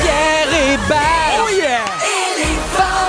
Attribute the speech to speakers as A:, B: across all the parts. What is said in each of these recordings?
A: Pierre et Oh yeah!
B: Ça,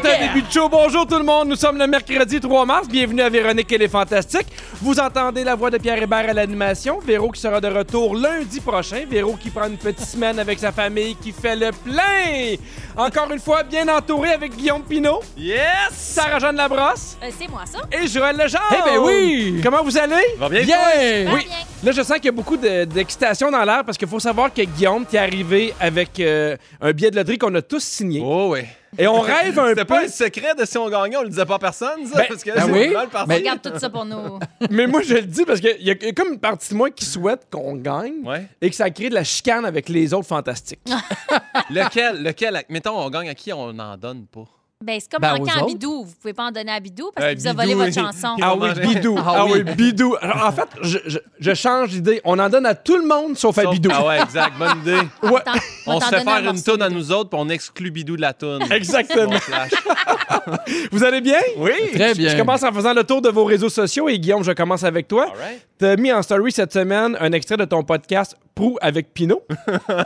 B: c'est un début de show. Bonjour tout le monde, nous sommes le mercredi 3 mars. Bienvenue à Véronique et les Fantastiques. Vous entendez la voix de Pierre Hébert à l'animation. Véro qui sera de retour lundi prochain. Véro qui prend une petite semaine avec sa famille, qui fait le plein. Encore une fois, bien entouré avec Guillaume Pinault. Yes! Sarah-Jeanne Labrosse.
C: Euh, c'est moi ça.
B: Et Joël Legendre.
A: Eh ben oui!
B: Comment vous allez?
D: va bien,
A: Yeah!
B: Oui.
C: bien.
B: Là, je sens qu'il y a beaucoup de- d'excitation dans l'air parce qu'il faut savoir que Guillaume, t'es arrivé avec euh, un billet de loterie qu'on a tous signé.
D: Oh oui.
B: Et on rêve un peu.
D: C'était pas un secret de si on gagnait, on le disait pas à personne, ça?
B: Ben,
D: parce que
A: ben
D: c'est
A: oui.
D: mal parti.
A: Ben,
C: Regarde tout ça pour nous.
B: Mais moi, je le dis parce qu'il y, a comme une partie de moi qui souhaite qu'on gagne
D: Ouais.
B: et que ça crée de la chicane avec les autres fantastiques.
D: lequel, lequel, mettons, on gagne à qui on n'en donne pas?
C: Ben, c'est comme
A: Ben,
C: manquer
A: aux
C: à
A: autres.
C: Bidou. Vous pouvez pas en donner à Bidou parce
D: Euh,
C: qu'il vous a
D: Bidou,
C: volé votre
D: oui.
C: chanson.
D: Ah,
B: Ah oui,
D: manger.
B: bidou. Ah, oui, bidou. Alors, en fait, je, je- je change d'idée. On en donne à tout le monde sauf à
D: Sauf-
B: Ben, bidou.
D: Ah ouais, exact, bonne idée.
B: Ouais,
C: Attends, va
D: On
C: t'en
D: se fait
C: donner un
D: faire une
C: morceau,
D: toune à
C: Bidou.
D: nous autres, puis on exclut Bidou de la toune.
B: exactement.
D: On flash.
B: Vous allez bien? Oui.
A: Très bien.
B: Je commence en faisant le tour de vos réseaux sociaux et Guillaume, je commence avec toi.
D: All right.
B: T'as mis en story cette semaine un extrait de ton podcast Prou avec Pinot.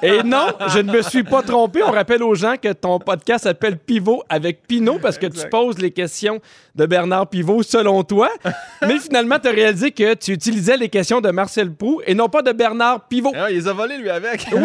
B: Et non, je ne me suis pas trompé. On rappelle aux gens que ton podcast s'appelle Pivot avec Pinot parce que tu poses les questions de Bernard Pivot selon toi. Mais finalement, tu as réalisé que tu utilisais les questions de Marcel Prou et non pas de Bernard Pivot.
D: Ah ouais, il les a volés, lui, avec.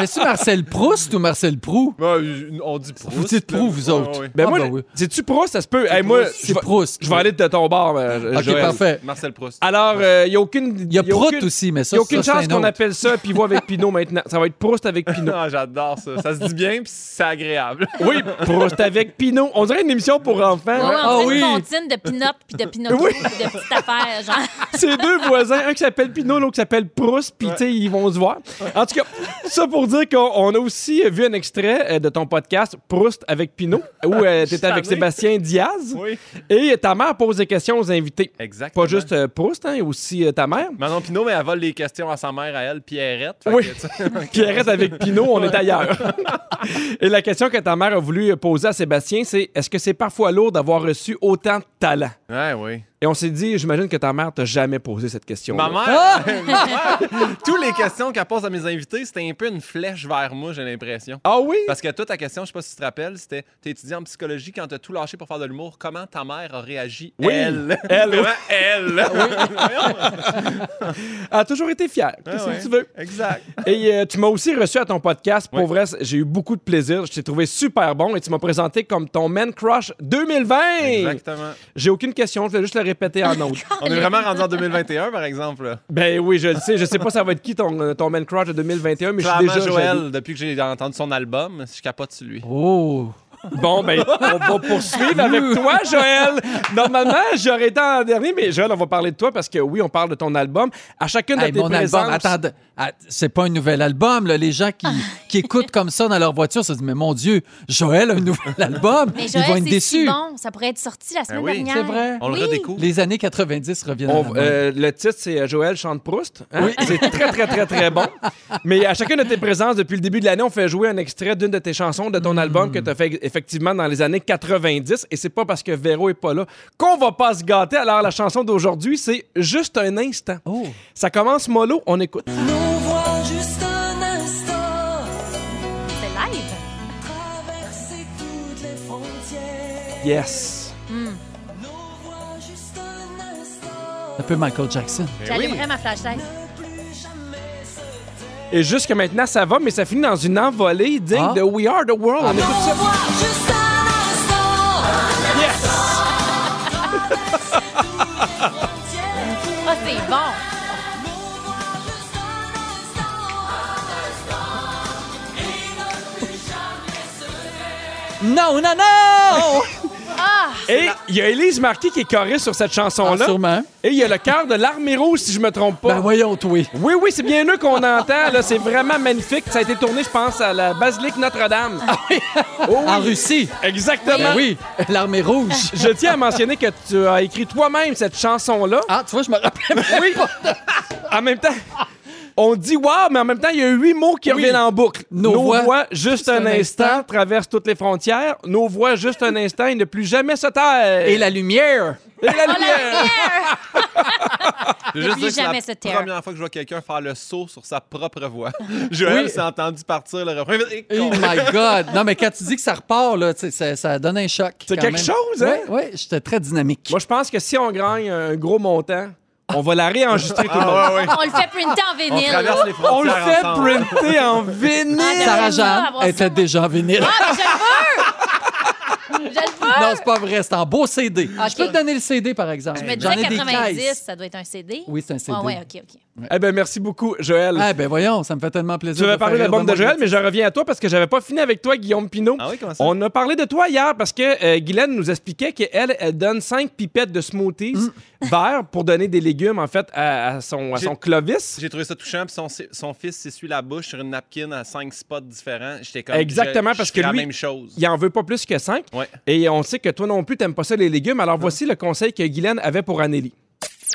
A: Mais c'est Marcel Proust ou Marcel Prou?
D: Ben, on dit Proust.
A: Vous dites
D: là.
A: Prou, vous
D: Ouais,
A: autres.
D: ouais.
B: Ben
A: Ah,
B: moi,
A: ben oui.
B: c'est-tu Prou? Ça se peut. Hey, moi, je
A: C'est
B: vais-
A: Proust.
B: je vais aller de ton bord.
A: OK, parfait.
D: Marcel Proust.
B: Alors, il n'y a aucune...
A: Il y a Prout
B: aucune-
A: aussi, mais ça,
B: Il n'y a aucune
A: ça, c'est
B: chance
A: un
B: qu'on
A: autre.
B: appelle ça Pivot avec Pinot maintenant. Ça va être Proust avec Pinot.
D: Ah, j'adore ça. Ça se dit bien, puis c'est agréable.
B: Oui, Proust avec Pinot. On dirait une émission pour
C: Ouais,
B: enfants.
C: ouais, on
A: Ah
C: fait
A: oui.
C: une comptine de pinot puis de pinot
B: Oui.
C: puis de petites affaires. Genre,
B: C'est deux voisins, un qui s'appelle Pinot, l'autre qui s'appelle Proust, puis tu sais, ils vont se voir. En tout cas, ça pour dire qu'on on a aussi vu un extrait euh, de ton podcast Proust avec Pinot, où tu étais avec
D: savais.
B: Sébastien Diaz.
D: Oui.
B: Et ta mère pose des questions aux invités.
D: Exactement.
B: Pas juste euh, Proust, hein, aussi euh, ta mère.
D: Manon Pinot, mais elle vole les questions à sa mère, à elle, Pierrette. Fait
B: Oui.
D: que, tu sais,
B: Pierrette avec Pinot, on est ailleurs. Et la question que ta mère a voulu poser à Sébastien, c'est est-ce que c'est parfois lourd d'avoir reçu autant de talent?
D: Ouais, oui.
B: Et on s'est dit, j'imagine que ta mère t'a jamais posé cette question.
D: Ma mère,
B: ah!
D: toutes les questions qu'elle pose à mes invités, c'était un peu une flèche vers moi, j'ai l'impression.
B: Ah oui?
D: Parce que toi, ta question, je sais pas si tu te rappelles, c'était t'es étudiant en psychologie quand t'as tout lâché pour faire de l'humour, comment ta mère a réagi
B: Oui, Ah
D: Elle.
B: elle,
D: Vraiment, elle. Voyons.
B: Elle a toujours été fière.
D: Ah
B: Qu'est-ce que
D: ouais,
B: tu veux?
D: Exact.
B: Et euh, tu m'as aussi reçu à ton podcast. Pour
D: Oui.
B: vrai, c- j'ai eu beaucoup de plaisir. Je t'ai trouvé super bon et tu m'as présenté comme ton Man Crush 2020.
D: Exactement.
B: J'ai aucune question, je vais juste le répéter en autre.
D: On est vraiment rendu en 2021, par exemple. là.
B: ben oui, je le sais. Je sais pas ça va être qui ton, euh, ton Man Crush de 2021, mais je suis
D: Clairement,
B: déjà
D: Joël,
B: jaloux.
D: depuis que j'ai entendu son album, je capote sur lui.
A: Oh!
B: Bon, ben, on va poursuivre avec toi, Joël. Normalement, j'aurais été en dernier, mais Joël, on va parler de toi parce que oui, on parle de ton album. À chacune de
A: Hey,
B: tes
A: mon
B: présences...
A: album, attends, ah, c'est pas un nouvel album. là. Les gens qui, qui écoutent comme ça dans leur voiture se disent Mais mon Dieu, Joël a un nouvel album.
C: mais
A: Ils vont
C: Joël,
A: être
C: c'est si
A: déçus.
C: bon. Ça pourrait être sorti la semaine
D: Ben oui,
C: dernière.
A: c'est vrai.
D: On le
C: Oui.
D: redécouvre.
A: Les années 90 reviennent. à la
B: On-
A: mode.
B: euh, le titre, c'est euh, Joël chante Proust. hein? C'est très, très, très, très bon. Mais à chacune de tes présences, depuis le début de l'année, on fait jouer un extrait d'une de tes chansons de ton album que tu as fait effectivement dans les années 90. Et c'est pas parce que Véro est pas là qu'on va pas se gâter. Alors, la chanson d'aujourd'hui, c'est Juste un instant.
A: Oh.
B: Ça commence mollo, on écoute.
E: Nous voir juste un instant
C: C'est live.
D: Ben
E: traverser toutes les frontières.
B: Yes.
E: Nous voir juste un instant
A: Un peu Michael Jackson.
C: J'allumerai ma flashlight.
E: plus jamais se taire.
B: Et jusque maintenant, ça va, mais ça finit dans une envolée digne
A: Ah.
B: de We Are the World. on écoute ça.
E: Nous voir juste un instant
B: Yes!
E: frontières.
C: Ah, c'est bon.
E: Nous voir juste un instant et non plus jamais se taire.
A: Non, non, non!
C: Ah,
B: Et il y a Élise Marquis qui est choriste sur cette chanson-là.
A: Ah, sûrement.
B: Et il y a le cœur de l'Armée Rouge, si je me trompe pas.
A: Ben voyons, toi.
B: Oui, oui, c'est bien eux qu'on entend. là. C'est vraiment magnifique. Ça a été tourné, je pense, à la Basilique Notre-Dame. Oh oui.
A: Ah En Russie.
B: Exactement.
A: Ben oui, l'armée rouge.
B: Je tiens à mentionner que tu as écrit toi-même cette chanson-là.
A: Ah, tu vois, je me rappelle. même.
B: Oui. en même temps, on dit wow, mais en même temps, il y a huit mots qui reviennent en boucle.
A: Nos voix,
B: juste, un, instant, traversent toutes les frontières. Nos voix, juste un instant, et ne plus jamais se taire.
A: Et la lumière.
B: Et la
C: Oh, la
B: lumière.
C: lumière!
D: Je veux
C: N'oublie
D: dire que c'est
C: jamais
D: la
C: se taire.
D: première fois que je vois quelqu'un faire le saut sur sa propre voix. Joël
A: Oui.
D: s'est entendu partir le refrain. Et con.
A: Oh my God. Non, mais quand tu dis que ça repart, là, tu sais, ça, ça donne un choc.
B: C'est
A: quand
B: quelque
A: même.
B: chose, hein?
A: Oui, ouais, j'étais très dynamique.
B: Moi, je pense que si on gagne un gros montant, on va la réenregistrer tout le monde.
D: Ah, ouais, ouais.
C: On le fait printer en
D: On
C: vinyle.
D: traverse les
B: On le
D: frontières
B: fait
D: ensemble.
B: printer en vinyle.
C: Ah,
A: Sarah
C: j'aimerais ça,
A: Jeanne
C: avoir ça.
A: était déjà en vinyle.
C: Je Ah, ben, le veux.
A: Non, c'est pas vrai, c'est en beau CD.
C: Ok.
A: Je peux te donner le CD, par exemple.
C: Je me
A: J'en ai
C: disais
A: des
C: 90,
A: caisses.
C: ça doit être un CD.
A: Oui, c'est un CD.
C: Ah ouais, OK, OK.
B: Eh bien, merci beaucoup, Joël.
A: Ah ben voyons, ça me fait tellement plaisir.
B: Tu veux parler de la
A: faire
B: bombe
A: rire
B: de Joël, mais je reviens à toi parce que j'avais pas fini avec toi, Guillaume Pinault.
D: Ah oui, comment ça?
B: On a parlé de toi hier parce que euh, Guylaine nous expliquait qu'elle, elle donne cinq pipettes de smoothies verts pour donner des légumes, en fait, à, à son, à
D: J'ai-
B: son Clovis.
D: J'ai trouvé ça touchant. Puis son, son fils s'essuie la bouche sur une napkin à cinq spots différents. J'étais comme.
B: Exactement,
D: je- je
B: parce
D: fais
B: que
D: la
B: lui-
D: même chose.
B: Il en veut pas plus que cinq.
D: Ouais.
B: Et on sait que toi non plus, t'aimes pas ça les légumes. Alors voici le conseil que Guylaine avait pour Anélie.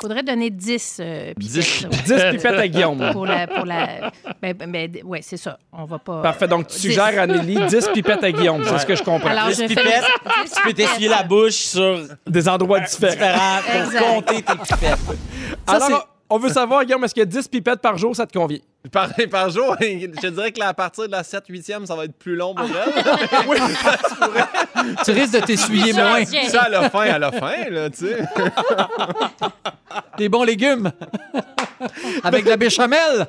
F: faudrait donner 10 euh, pipettes.
B: 10 pipettes à Guillaume.
F: Pour la, pour la... Ben, ben, ben, ouais, c'est ça. On va pas... euh,
B: Parfait. Donc, tu suggères, Anélie, 10 pipettes à Guillaume. C'est ce que je comprends.
F: Alors, je fais...
G: pipettes,
F: dix
G: tu peux t'essuyer la bouche sur
B: Des endroits différents.
G: différents pour
F: Exact.
G: compter tes pipettes.
A: Ça, c'est-
B: Alors, on veut savoir, Guillaume, est-ce que 10 pipettes par jour, ça te convient?
D: Par, par jour, je te dirais que là, à partir de la 7-8e, ça va être plus long pour
C: Ah,
D: elle.
A: Tu risques de t'essuyer moins.
C: Tiens.
D: ça, elle a faim, elle a faim, là, tu sais.
A: Des bons légumes. Avec de la béchamel.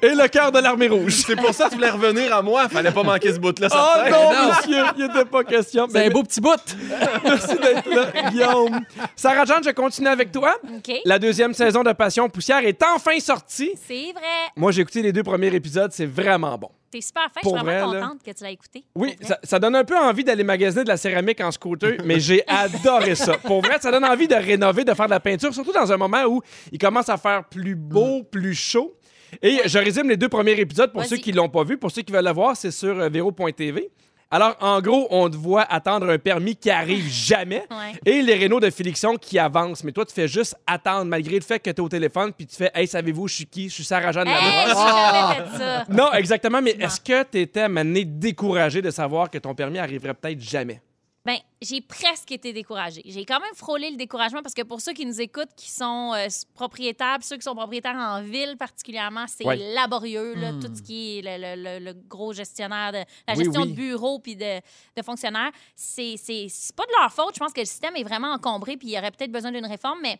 B: Et le cœur de l'armée rouge.
D: C'est pour ça que tu voulais revenir à moi. Fallait pas manquer ce bout-là,
B: Oh
D: certain.
B: non,
A: Ben Non.
B: monsieur, il n'était pas question.
A: C'est
B: Mais
A: un beau petit bout.
B: merci d'être là, Guillaume. Sarah-Jeanne, je continue avec toi.
C: OK.
B: La deuxième saison de Passion Poussière est enfin sortie.
C: C'est vrai.
B: Moi, j'ai écouté les deux premiers épisodes, c'est vraiment bon.
C: T'es super fin. Je
B: Pour
C: suis vraiment
B: vrai, là.
C: contente que tu l'as écouté.
B: Oui,
C: Pour vrai.
B: ça, ça donne un peu envie d'aller magasiner de la céramique en scooter, mais j'ai adoré ça. Pour vrai, ça donne envie de rénover, de faire de la peinture, surtout dans un moment où il commence à faire plus beau, plus chaud. Et je résume les deux premiers épisodes pour
C: Mm. Vas-y.
B: ceux qui l'ont pas vu. Pour ceux qui veulent le voir, c'est sur euh, vero.tv. Alors, en gros, on te voit attendre un permis qui arrive jamais
C: Ouais.
B: et les rénaux de Félixon qui avancent. Mais toi, tu fais juste attendre malgré le fait que tu es au téléphone puis tu fais Hey, savez-vous, je suis qui Je suis Sarah-Jeanne Labrosse.
C: Hey, j'ai
B: Ah!
C: jamais fait ça.
B: Non, exactement, mais est-ce que tu étais amené découragé de savoir que ton permis arriverait peut-être jamais?
C: Ben, j'ai presque été découragée. J'ai quand même frôlé le découragement parce que pour ceux qui nous écoutent, qui sont euh, s- propriétaires, puis ceux qui sont propriétaires en ville particulièrement, c'est
B: Ouais.
C: laborieux, là, tout ce qui est le, le- le- le gros gestionnaire, de, la
B: Oui,
C: gestion
B: oui.
C: de bureau puis de, de fonctionnaires. C'est c'est- c'est pas de leur faute. Je pense que le système est vraiment encombré puis il y aurait peut-être besoin d'une réforme, mais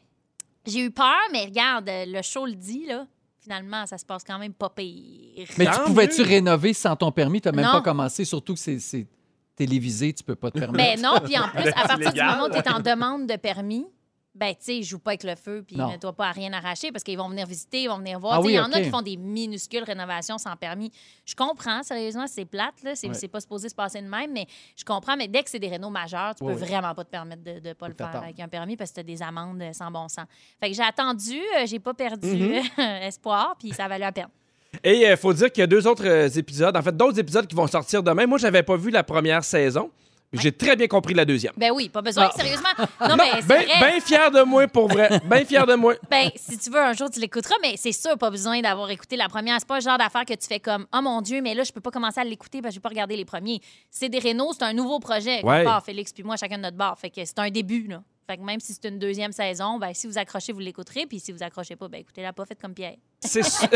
C: j'ai eu peur. Mais regarde, euh, le show le dit, là. Finalement, ça se passe quand même pas pire.
A: Mais tu
B: Tant
A: pouvais-tu
B: mieux.
A: rénover sans ton permis? T'as même
C: Non.
A: pas commencé, surtout que c'est- c'est télévisé, tu peux pas te permettre.
C: Mais non, puis en plus, à partir du
D: illégal.
C: moment où tu es en demande de permis, ben, tu sais, joue pas avec le feu, puis
A: Non.
C: ne dois pas à rien arracher parce qu'ils vont venir visiter, ils vont venir voir.
A: Ah
C: Tu sais,
A: oui,
C: Il y en
A: ok.
C: a qui font des minuscules rénovations sans permis. Je comprends, sérieusement, c'est plate, là. C'est
A: Ouais.
C: c'est pas supposé se passer de même, mais je comprends. Mais dès que c'est des rénaux majeurs, tu
A: Ouais,
C: peux
A: ouais.
C: vraiment pas te permettre de ne pas le
A: que
C: faire
A: t'attendes.
C: avec un permis parce que tu as des amendes euh, sans bon sens. Fait que j'ai attendu, euh, j'ai pas perdu
A: Mm-hmm.
C: euh, espoir, puis ça valait la peine.
B: Et il faut dire qu'il y a deux autres euh, épisodes, en fait, d'autres épisodes qui vont sortir demain. Moi, j'avais pas vu la première saison, mais j'ai très bien compris la deuxième.
C: Ben oui, pas
A: Ah.
C: besoin, sérieusement. Non, mais c'est
B: Ben,
C: vrai.
B: ben fier de moi, pour vrai. Ben fier de moi.
C: Ben, si tu veux, un jour, tu l'écouteras, mais c'est sûr, pas besoin d'avoir écouté la première. C'est pas le genre d'affaire que tu fais comme Oh mon Dieu, mais là, je peux pas commencer à l'écouter parce que j'ai pas regardé les premiers. C'est des rénaux, c'est un nouveau projet.
B: Ouais.
C: Ouais. Félix puis moi, chacun de notre bar. Fait que c'est un début, là. Fait que même si c'est une deuxième saison, ben, si vous accrochez, vous l'écouterez. Puis si vous accrochez pas, ben, écoutez-la pas, faites comme Pierre.
B: C'est sûr-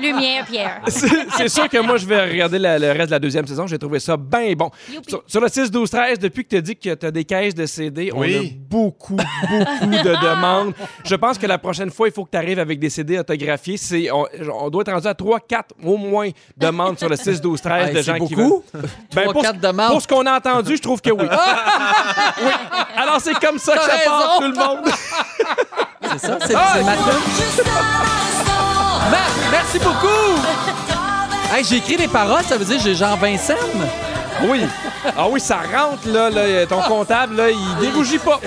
C: Lumière, Pierre.
B: c'est- c'est sûr que moi, je vais regarder la- le reste de la deuxième saison. J'ai trouvé ça bien bon.
C: Youpi.
B: Sur, sur le 6, 12, 13, depuis que tu as dit que tu as des caisses de CD, on a
D: Oui.
B: beaucoup, beaucoup de demandes. Je pense que la prochaine fois, il faut que tu arrives avec des CD autographiés. C'est, on, on doit être rendu à 3, 4 au moins demandes sur le 6, 12, 13
A: Hey,
B: de
A: c'est
B: gens qui
A: beaucoup.
B: veulent. Ben,
A: Trois,
B: pour, ce-
A: quatre demandes.
B: pour ce qu'on a entendu, je trouve que oui. Oui. Alors, c'est comme ça que
A: T'as
B: ça part, tout
A: raison.
B: le monde.
A: C'est ça, c'est
D: Ah!
A: c'est ma tune.
E: Juste un instant.
A: Ma- Merci beaucoup! Hey, j'ai écrit des paroles, ça veut dire que j'ai genre 20 cents?
B: Oui. Ah oui, ça rentre, là, là, ton comptable, là, il dérougit pas.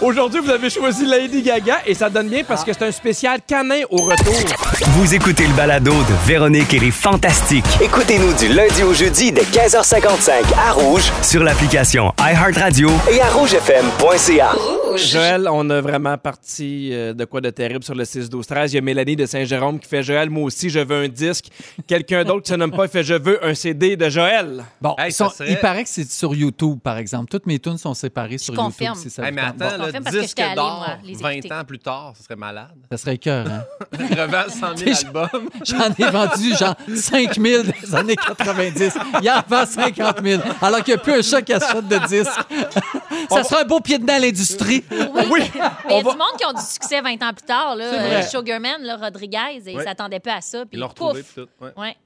B: Aujourd'hui, vous avez choisi Lady Gaga et ça donne bien parce que c'est un spécial canin au retour.
H: Vous écoutez le balado de Véronique et les Fantastiques
I: Écoutez-nous du lundi au jeudi dès 15h55 à Rouge
H: sur l'application iHeartRadio.
I: et à rougefm.ca.
B: Joël, on a vraiment parti euh, de quoi de terrible sur le 6-12-13. Il y a Mélanie de Saint-Jérôme qui fait Joël, moi aussi, je veux un disque. Quelqu'un d'autre qui se nomme pas fait Je veux un CD de Joël.
A: Bon,
D: Hey,
A: ils sont-
D: ça serait-
A: il paraît que c'est sur YouTube, par exemple. Toutes mes tunes sont séparées sur
C: confirme.
A: YouTube. Si ça,
D: Hey,
A: vous
D: mais
A: tente. Bon,
D: attends,
C: Bon,
D: le
C: parce que
D: disque
C: j'étais allée,
D: d'or,
C: moi, les
D: 20
C: écouter.
D: ans plus tard, ce serait malade.
A: ça serait cœur, hein?
D: Revends 100 000 albums.
A: J'en ai vendu genre 5 000 dans les années 90. Il en vend 50 000. Alors qu'il n'y a plus un chat qui achète de disques. ça sera un beau pied de nez à l'industrie.
C: Oui. Mais il y
B: on
C: a
B: va-
C: du monde qui ont du succès 20 ans plus tard. Là.
A: vrai.
C: Euh, Sugarman, là, Rodriguez, et ils
D: Ouais.
C: s'attendaient pas à ça. Puis
D: Ils l'ont
C: pouf!
D: retrouvé, pis tout. Ouais.
C: Ouais.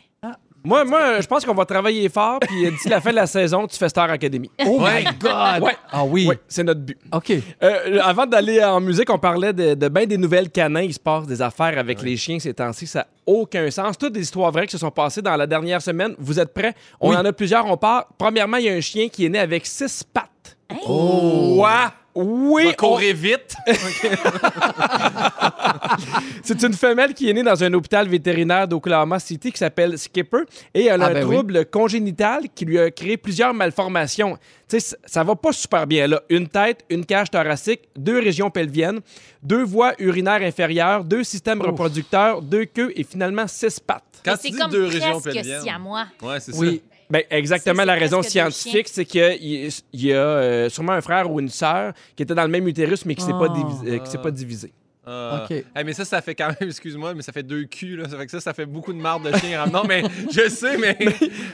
B: Moi, moi je pense qu'on va travailler fort, puis euh, d'ici la fin de la saison, tu fais Star Academy.
A: Oh my God!
B: Ouais.
A: Ah oui.
B: Oui, c'est notre but.
A: OK.
B: Euh, avant d'aller en musique, on parlait de, de bien des nouvelles canins. Il se passe des affaires avec les chiens ces temps-ci. Ça n'a aucun sens. Toutes des histoires vraies qui se sont passées dans la dernière semaine. Vous êtes prêts? On en a plusieurs. On part. Premièrement, il y a un chien qui est né avec six pattes. Oh! Oui!
D: Va courir vite.
B: on- C'est une femelle qui est née dans un hôpital vétérinaire d'Oklahoma City qui s'appelle Skipper et elle a
A: Ah,
B: un
A: ben oui.
B: trouble congénital qui lui a créé plusieurs malformations. Tu sais, ça- ça va pas super bien là. Une tête, une cage thoracique, deux régions pelviennes, deux voies urinaires inférieures, deux systèmes reproducteurs, deux queues et finalement six pattes.
D: Quand
C: Mais
D: tu
C: c'est
D: dis
C: comme
D: deux régions
C: presque
D: pelviennes.
C: si à moi.
D: Ouais, c'est
A: Oui.
B: Ben, exactement
C: C'est- c'est
B: la raison
C: presque deux
B: scientifique, c'est qu'il y, y a euh, sûrement un frère ou une sœur qui était dans le même utérus mais qui s'est pas
A: Ah.
B: divisé, euh, qui s'est pas divisé.
D: ça. Euh,
A: OK.
D: hey, mais ça, ça fait quand même, excuse-moi, mais ça fait deux culs. Là. Ça fait que ça, ça fait beaucoup de marde de chien. Non, mais je sais, mais.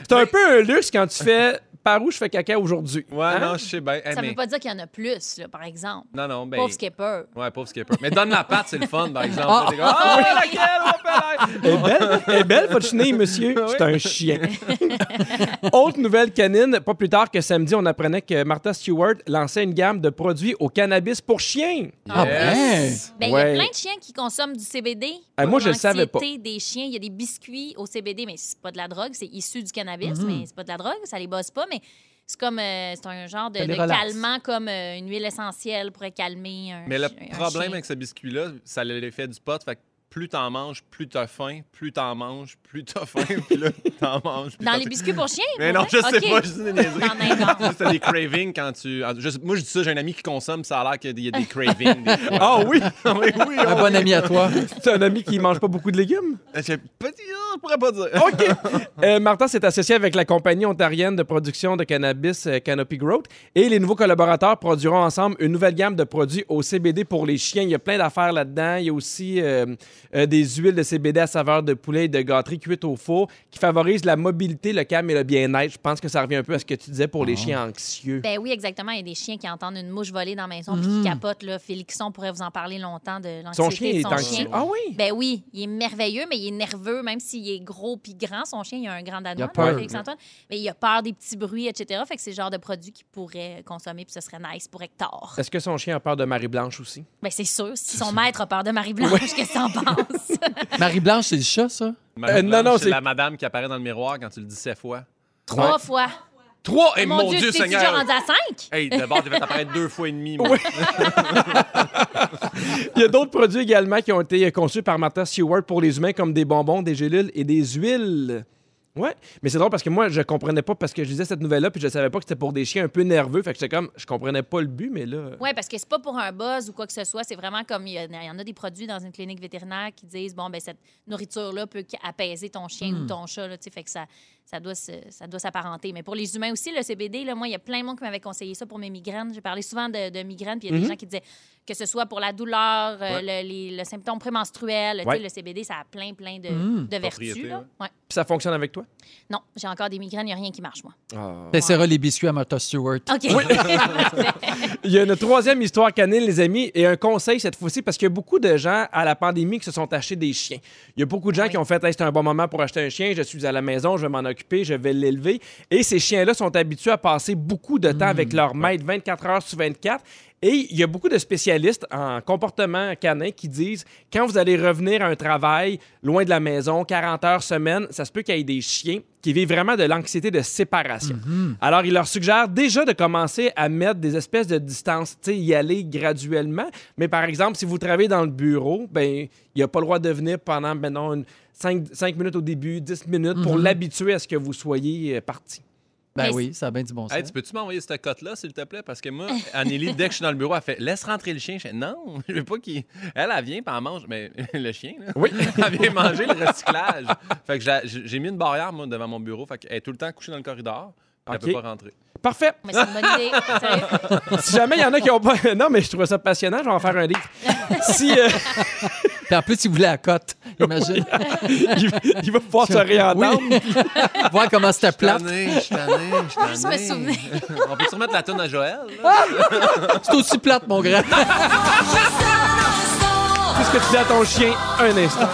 B: C'est un peu un luxe quand tu fais par où je fais caca aujourd'hui.
D: Ouais,
B: Hein?
D: non, je sais bien. Hey,
C: Ça
D: Eh, mais-
C: veut pas dire qu'il y en a plus, là, par exemple.
D: Non, non, ben.
C: Pauvre Skipper.
D: Ouais, pauvre skipper. Mais donne la patte, c'est le fun, par exemple.
A: Ah.
D: T'es comme, Ah, laquelle, on fait
B: Elle est belle, elle est belle, votre chenille, monsieur. C'est un chien. Autre nouvelle canine, pas plus tard que samedi, on apprenait que Martha Stewart lançait une gamme de produits au cannabis pour chiens.
A: Ah
D: Yes. Eh,
C: Ben, il
B: Ouais.
C: y a plein de chiens qui consomment du CBD.
B: Ah, moi, je le
C: Pour
B: savais pas.
C: l'anxiété des chiens, il y a des biscuits au CBD, mais c'est pas de la drogue, c'est issu du cannabis,
D: Mm-hmm.
C: mais c'est pas de la drogue, ça les bosse pas, mais c'est comme euh, c'est un genre de,
A: Ça les
C: de
A: relaxe.
C: calmant comme euh, une huile essentielle pour calmer un
D: Mais le
C: chi- un
D: problème
C: chien.
D: avec ce biscuit-là, ça a l'effet du pot. Fait que plus t'en manges, plus t'as faim. Plus t'en manges, plus t'as faim. Puis là, t'en manges. plus
C: dans
D: t'as
C: les
D: faim.
C: biscuits pour chiens
D: Mais
C: pour
D: non, je
C: vrai?
D: sais
C: Ok.
D: pas, je dis des niaiseries.
C: T'en inventes.
D: Juste, T'as des cravings quand tu. en- je- moi, je dis ça, j'ai un ami qui consomme, ça a l'air qu'il y a des cravings. des fois.
B: Ah oui,
D: oui, oui.
A: Un bon ami à toi.
B: c'est un ami qui mange pas beaucoup de légumes.
D: on- j'ai pas dit- ah, Euh, je pourrais pas dire.
B: OK. Euh, Martha s'est associée avec la compagnie ontarienne de production de cannabis euh, Canopy Growth et les nouveaux collaborateurs produiront ensemble une nouvelle gamme de produits au CBD pour les chiens. Il y a plein d'affaires là-dedans. Il y a aussi euh, euh, des huiles de CBD à saveur de poulet et de gâterie cuite au four qui favorisent la mobilité, le calme et le bien-être. Je pense que ça revient un peu à ce que tu disais pour les chiens anxieux.
C: Ben oui, exactement. Il y a des chiens qui entendent une mouche voler dans la maison puis qui capotent. Là. Félixon pourrait vous en parler longtemps de l'anxiété
B: Mm. Son chien
C: de
B: est
C: son
B: anxieux.
C: chien.
B: Ah oui?
C: Ben oui, il est merveilleux, mais il est nerveux, même s'il est gros puis grand. Son chien, il a un grand danois,
A: peur.
C: là, Félix-Antoine. Mais il a peur des petits bruits, etc. Fait que c'est le genre de produit qu'il pourrait consommer, puis ce serait nice pour Hector.
B: Est-ce que son chien a peur de Marie-Blanche aussi?
C: Ben c'est sûr, si son maître a peur de Marie-Blanche, qu'est-ce que t'en penses?
A: Marie-Blanche, c'est le chat, ça?
D: Madame
B: Euh, non,
D: Blanche,
B: non,
D: c'est
B: c'est-
D: la madame qui apparaît dans le miroir quand tu le dis sept fois.
C: Trois fois.
D: Trois! Et
C: Oh Eh, Mon Dieu, tu t'es déjà
D: Seigneur!
C: rendu à cinq?
D: Hey, d'abord, tu devais t'apparaître deux fois et demi. moi.
B: Il y a d'autres produits également qui ont été conçus par Martha Stewart pour les humains, comme des bonbons, des gélules et des huiles. Ouais, mais c'est drôle parce que moi, je comprenais pas parce que je lisais cette nouvelle-là puis je savais pas que c'était pour des chiens un peu nerveux. Fait que j'étais comme, je comprenais pas le but, mais là.
C: Oui, parce que c'est pas pour un buzz ou quoi que ce soit. C'est vraiment comme il y, en a- il y en a des produits dans une clinique vétérinaire qui disent bon, ben cette nourriture-là peut qu- apaiser ton chien ou ton chat. Là, tu sais, fait que ça, ça doit se- ça doit s'apparenter. Mais pour les humains aussi, le CBD, là, moi, il y a plein de monde qui m'avait conseillé ça pour mes migraines. J'ai parlé souvent de, de migraines, puis il y a des gens qui disaient que ce soit pour la douleur, euh, le, les- le symptôme prémenstruel, tu sais,
B: Ouais.
C: le CBD, ça a plein, plein de, de vertus.
D: Propriétés,
C: là.
D: ouais.
C: Ouais.
B: Puis ça fonctionne avec toi?
C: Non, j'ai encore des migraines, il n'y a rien qui marche, moi.
A: T'essaieras les biscuits Ben, à Martha Stewart.
C: OK.
B: Il y a une troisième histoire canine, les amis, et un conseil cette fois-ci, parce qu'il y a beaucoup de gens à la pandémie qui se sont achetés des chiens. Il y a beaucoup de gens qui ont fait Hey, c'est un bon moment pour acheter un chien, je suis à la maison, je vais m'en occuper, je vais l'élever. Et ces chiens-là sont habitués à passer beaucoup de temps avec leur maître 24 heures sur 24. Et il y a beaucoup de spécialistes en comportement canin qui disent quand vous allez revenir à un travail loin de la maison, 40 heures semaine, ça se peut qu'il y ait des chiens qui vivent vraiment de l'anxiété de séparation. Alors, il leur suggère déjà de commencer à mettre des espèces de distances, tu sais, y aller graduellement. Mais par exemple, si vous travaillez dans le bureau, ben il n'y a pas le droit de venir pendant, maintenant 5, minutes au début, 10 minutes pour l'habituer à ce que vous soyez euh, parti.
A: Ben
C: Mais-
A: oui, ça a bien du bon sens.
D: Hey, tu peux-tu m'envoyer cette cote-là, s'il te plaît? Parce que moi, Anneli, dès que je suis dans le bureau, elle fait Laisse rentrer le chien. Je fais Non, je veux pas qu'il. Elle, elle vient, puis elle mange. Mais le chien, là. Oui. elle vient manger le recyclage. fait que j'ai- j'ai mis une barrière, moi, devant mon bureau. Fait qu'elle est tout le temps couchée dans le corridor. puis Elle
B: Ok.
D: peut pas rentrer.
B: Parfait.
C: Mais c'est une bonne idée. sérieux.
B: Si jamais il y en a qui ont pas. Non, mais je trouve ça passionnant, je vais en faire un livre. Si euh,
A: Puis en plus, il voulait la cote, imagine.
B: il, il va pouvoir se réentendre.
A: Oui. Voir comment c'était plat.
D: tanné, je suis tanné, je suis
C: Juste me souvenir.
D: On peut-tu remettre la tonne à Joël? là?
A: C'est aussi plate, mon grand.
B: Qu'est-ce que tu dis à ton chien un instant?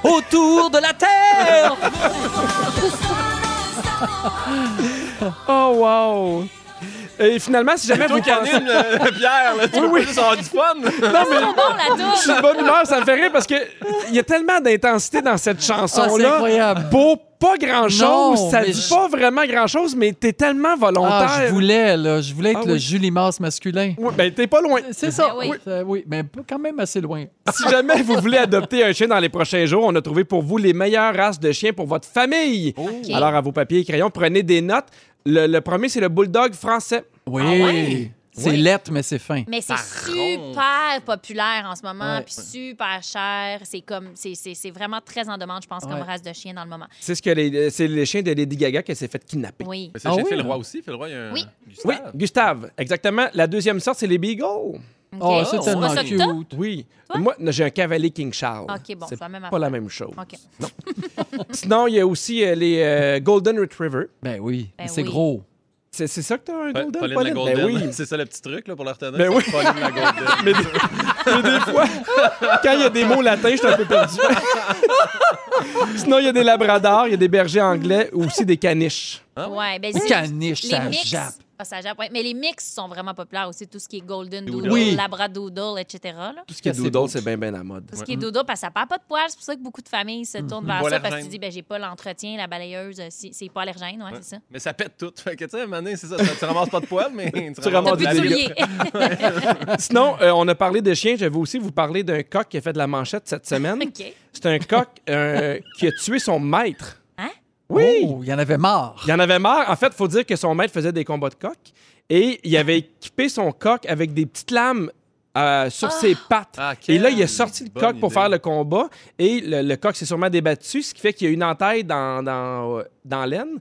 A: Autour de la Terre!
B: Oh, wow! Et finalement, si jamais vous
D: Toi qui
B: pensez...
D: anime, euh, Pierre, là, tu peux pas juste avoir du fun.
B: Non, mais
C: Bon, la
B: je suis
C: douche.
B: de bonne humeur, ça me fait rire parce que il y a tellement d'intensité dans cette
A: Ah, c'est
B: chanson-là.
A: incroyable.
B: Pour pas grand-chose,
A: Non,
B: ça
A: mais
B: dit
A: je-
B: pas vraiment grand-chose, mais t'es tellement volontaire.
A: Ah, je voulais, là. Je voulais être
B: Ah
A: le
B: oui.
A: Julie Mars masculin.
B: Ouais, ben, t'es pas loin.
A: C'est ça.
C: Ben oui. Ah
A: oui. Euh, oui, mais p- quand même assez loin.
B: Si jamais vous voulez adopter un chien dans les prochains jours, on a trouvé pour vous les meilleures races de chiens pour votre famille.
C: Oh. Ok.
B: Alors, à vos papiers et crayons, prenez des notes. Le, le premier, c'est le bulldog français.
A: Oui.
C: ouais?
A: C'est lettre, mais c'est fin.
C: Mais c'est super populaire en ce moment, puis super cher. C'est comme, c'est- c'est c'est vraiment très en demande, je pense, comme
A: Ouais.
C: race de chien dans le moment.
B: C'est ce que les, euh, c'est les chiens de Lady Gaga qui s'est fait kidnapper.
C: Oui.
D: Mais c'est
A: Ah
D: le
A: oui,
D: chien le
A: hein?
D: roi aussi. Phil Roy, il y a un.
C: Oui.
B: Oui,
D: Gustave.
B: Gustave, exactement. La deuxième sorte, c'est les beagles.
A: Oh,
C: Ok.
A: c'est
C: Tu
A: tellement
C: vois ça que t'as?
A: cute.
B: Oui.
C: Toi?
B: Moi, j'ai un cavalier King Charles.
C: Ok, bon,
B: c'est
C: c'est la même
B: pas la
C: affaire.
B: même chose.
C: OK.
B: Sinon, il y a aussi euh, les euh, Golden Retriever.
A: Ben oui,
C: Ben
A: c'est
C: oui.
A: gros.
B: C'est, c'est ça que t'as un
D: Pa-
B: Golden,
D: Pauline la
B: Pauline?
D: Golden.
B: Ben oui.
D: C'est ça le petit truc là, pour la retenir.
B: Ben
D: c'est
B: oui.
D: Pauline la Golden.
B: Mais des, mais des fois, quand il y a des mots latins, je suis un peu perdu. Sinon, il y a des labradors, il y a des bergers anglais ou aussi des caniches.
C: Ouais, ben, c'est-
A: Caniche,
C: les
A: ça
C: mix.
A: jappe.
C: Ah, ça jappe, ouais. Mais les mix sont vraiment populaires aussi. Tout ce qui est Golden Doodle,
A: Oui.
C: Labradoodle, etc. là.
B: Tout ce qui est
A: C'est
B: doodle,
A: beau.
B: c'est bien, bien à mode.
C: Tout ce qui est dodo, parce que ça perd pas de poils. C'est pour ça que beaucoup de familles se tournent vers
D: Pas
C: ça parce que tu
D: allergène.
C: dis, ben, j'ai pas l'entretien, la balayeuse, euh, si- c'est pas allergène, ouais, c'est ça.
D: Mais ça pète tout. Fait que, tu sais, à un moment donné, c'est ça. Tu, tu ramasses pas de poils, mais tu,
B: ramasses
C: T'as
B: Oh,
C: plus
D: de
C: de
D: Ah, la bigote.
C: souliers.
B: Sinon, euh, on a parlé de chiens. Je vais aussi vous parler d'un coq qui a fait de la manchette cette semaine.
C: OK.
B: C'est un coq euh, qui a tué son maître.
C: Hein?
B: Oui!
A: Oh, il y en avait marre.
B: Il en avait marre. En fait, il faut dire que son maître faisait des combats de coq et il avait équipé son coq avec des petites lames euh, sur ses pattes.
D: Ah,
B: et là, il
D: quelle
B: a sorti le
D: bonne
B: coq pour
D: idée.
B: faire le combat et le, le coq s'est sûrement débattu, ce qui fait qu'il y a une entaille dans, dans, euh, dans l'aine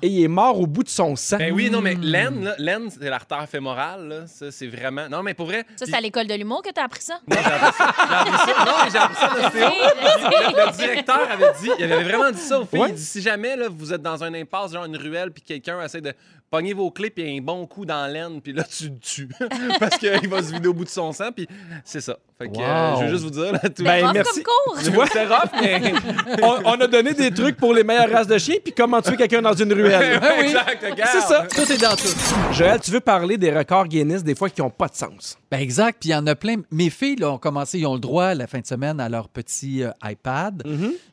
B: et il est mort au bout de son sang.
D: Ben oui, non, mais
B: Hmm.
D: l'aine, là, l'aine, c'est l'artère fémorale, là. Ça, c'est vraiment. Non, mais pour vrai.
C: Ça, c'est à l'école de l'humour que t'as appris ça?
D: Non, j'ai appris ça- j'ai appris ça- non, mais j'ai appris ça de Théo. Le le directeur avait dit, il avait vraiment dit ça aux filles.
B: Ouais.
D: Il dit si jamais là, vous êtes dans un impasse, genre une ruelle, puis quelqu'un essaie de pogner vos clés, puis un bon coup dans l'aine, puis là, tu le tues. Parce qu'il va se vider au bout de son sang, puis c'est ça. Fait que euh,
A: Wow.
D: je veux juste vous dire, là, tout
B: Ben,
C: Prof
B: merci.
C: comme cours!
D: Tu vois, c'est rough, mais.
B: on, on a donné des trucs pour les meilleures races de chiens puis comment tuer quelqu'un dans une ruelle.
A: Ben oui.
D: Exact, regarde.
B: C'est ça.
A: Tout est dans tout.
B: Joël, tu veux parler des records Guinness des fois qui n'ont pas de sens.
A: Ben exact. Puis il y en a plein. Mes filles là, ont commencé, ils ont le droit la fin de semaine à leur petit euh, iPad.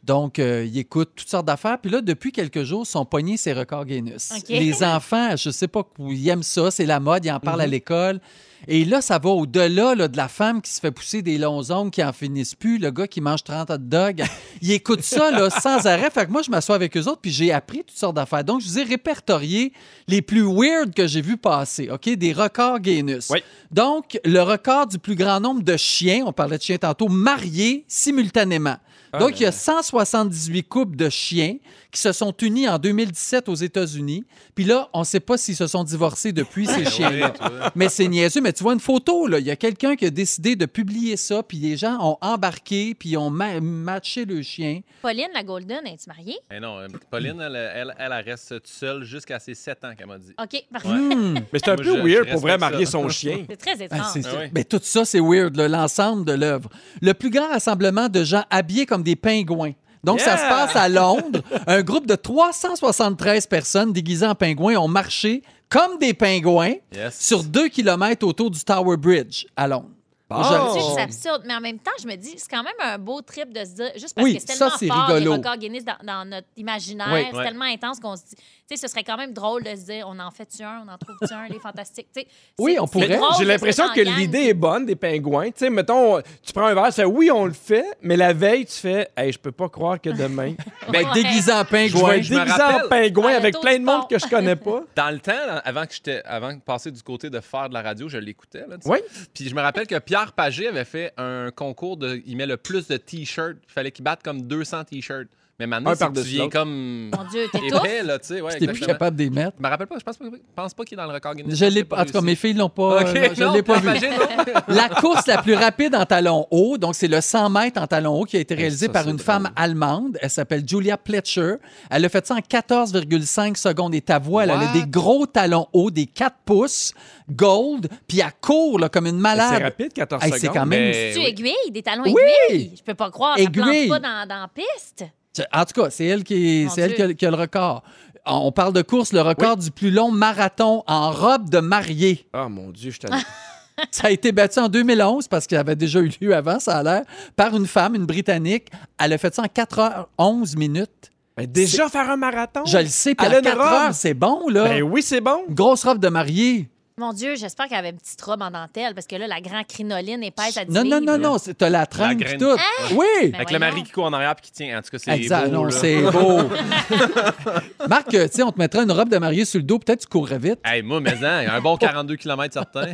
A: Donc, euh, ils écoutent toutes sortes d'affaires. Puis là, depuis quelques jours, sont pognés ces records Guinness.
C: OK.
A: Les enfants, je sais pas, ils aiment ça, c'est la mode, ils en parlent à l'école. Et là, ça va au-delà là, de la femme qui se fait pousser des longs ongles qui en finissent plus, le gars qui mange 30 hot dogs. Ils écoutent ça là, sans arrêt. Fait que moi, je m'assois avec eux autres, puis j'ai appris toutes sortes d'affaires. Donc, je vous ai répertorié les plus weird que j'ai vu passer, OK? Des records Guinness.
B: Oui.
A: Donc, le record du plus grand nombre de chiens, on parlait de chiens tantôt, mariés simultanément. Donc, il y a 178 couples de chiens qui se sont unis en 2017 aux États-Unis. Puis là, on ne sait pas s'ils se sont divorcés depuis, ces chiens-là. Mais c'est niaiseux. Mais tu vois une photo, là. Il y a quelqu'un qui a décidé de publier ça, puis les gens ont embarqué, puis ils ont ma- matché le chien.
C: Pauline, la Golden, es-tu mariée?
D: Eh non, euh, Pauline, elle, elle, elle, elle reste toute seule jusqu'à ses 7 ans, qu'elle m'a dit.
C: OK, parfait.
A: Hmm.
B: Mais c'est un
D: Moi,
B: peu
D: je-
B: weird
D: je
B: pour vrai
D: respecte
B: marier
D: ça.
B: son chien.
C: C'est très
A: Ben,
C: étrange.
A: c'est-
D: Ah oui.
A: ben, tout ça, c'est weird, là, l'ensemble de l'œuvre. Le plus grand rassemblement de gens habillés comme des pingouins. Donc, ça
B: Yeah!
A: se passe à Londres. Un groupe de 373 personnes déguisées en pingouins ont marché comme des pingouins
D: Yes.
A: sur 2 km autour du Tower Bridge à Londres.
C: Tu sais,
A: Aujourd'hui-
C: C'est absurde, mais en même temps, je me dis, c'est quand même un beau trip de se dire, juste parce
A: Oui,
C: que c'est
A: ça,
C: tellement
A: c'est
C: fort,
A: rigolo.
C: les records Guinness dans, dans notre imaginaire,
A: Oui,
C: c'est
D: ouais.
C: tellement intense qu'on se dit, tu sais, ce serait quand même drôle de se dire, on en fait-tu un, on en trouve-tu un, les fantastiques, tu sais.
A: Oui,
C: c'est-
A: on
C: c'est
A: pourrait.
C: drôle
B: J'ai
C: de
B: l'impression
C: se
B: que
C: mettre en gang.
B: l'idée est bonne des pingouins. Tu sais, mettons, tu prends un verre, tu fais oui, on le fait, mais la veille, tu fais, hey, je peux pas croire que demain,
A: Ben,
C: Ouais.
A: déguisé en
B: je vais
A: pingouin.
B: être
D: je me
B: déguisé en
D: rappelle.
B: pingouin
C: Ah,
B: avec
C: le
B: plein
C: taux
B: de
C: du
B: monde
C: sport.
B: que je connais pas.
D: Dans le temps, là, avant que j'étais, avant de passer du côté de faire de la radio, je l'écoutais. là, tu sais.
B: Oui.
D: Puis je me rappelle que Pierre Pagé avait fait un concours de, il met le plus de t-shirts. Il fallait qu'il batte comme 200 t-shirts. Mais maintenant,
B: Un
D: c'est que tu
B: par-dessus
D: viens
B: l'autre.
D: comme
C: Mon Dieu,
B: Eh
C: t'es
B: ben,
C: tout.
D: épais, là, tu sais. Ouais,
A: T'es plus
D: exactement.
A: capable d'y mettre.
D: Je me rappelle pas. Je pense pas, je pense pas qu'il est dans le record Guinness.
A: Je l'ai
D: sais
A: pas. En tout cas,
D: réussi.
A: mes filles l'ont pas.
D: Ok,
A: euh, non, je
D: non,
A: l'ai pas vu.
D: Pierre Pagé, non. Ben,
A: La course la plus rapide en talons hauts, donc c'est le 100 mètres en talons hauts qui a été réalisé
B: ça,
A: par
B: c'est
A: une
B: drôle.
A: femme allemande. Elle s'appelle Julia Pletcher. Elle a fait ça en 14,5 secondes. Et ta voix, elle, elle a
D: What?
A: des gros talons hauts, des 4 pouces, gold, puis elle court là, comme une malade.
B: C'est rapide, 14
A: Hey,
B: secondes.
A: c'est quand même.
D: Mais
C: Tu
B: eh
D: oui.
C: aiguilles, des talons
A: Oui!
C: aiguilles. Je peux pas croire, ça plante
A: Aiguille.
C: pas dans, dans la piste.
A: Tu- En tout cas, c'est elle qui,
C: Mon
A: c'est elle
C: Dieu.
A: qui, a, qui a le record. On on parle de course, le record du plus long marathon en robe de mariée.
B: Ah mon Dieu, je t'en
A: Ça a été battu en 2011 parce qu'il avait déjà eu lieu avant, ça a l'air, par une femme, une Britannique. Elle a fait ça en 4h11 minutes.
B: Mais Ben, déjà faire un marathon?
A: Je le sais, puis
B: Elle a
A: à
B: une
A: 4
B: robe.
A: heures, c'est bon, là.
B: Ben oui, c'est bon.
A: Une grosse robe de mariée.
C: Mon Dieu, j'espère qu'elle avait une petite robe en dentelle, parce que là, la grande crinoline épaisse à 10
A: Non, non,
C: livres.
A: non, non, c'est- t'as la
D: La
A: trempe
D: graine.
A: puis tout. Oui!
C: Ben
D: Avec le
C: voyons.
D: mari qui court en arrière puis qui tient. En tout cas, c'est
A: Exact,
D: beau,
A: non,
D: là.
A: c'est beau. Marc, euh, tu sais, on te mettrait une robe de mariée sur le dos, peut-être tu courrais vite.
D: Hey, moi, mais hein, un bon 42 km certain.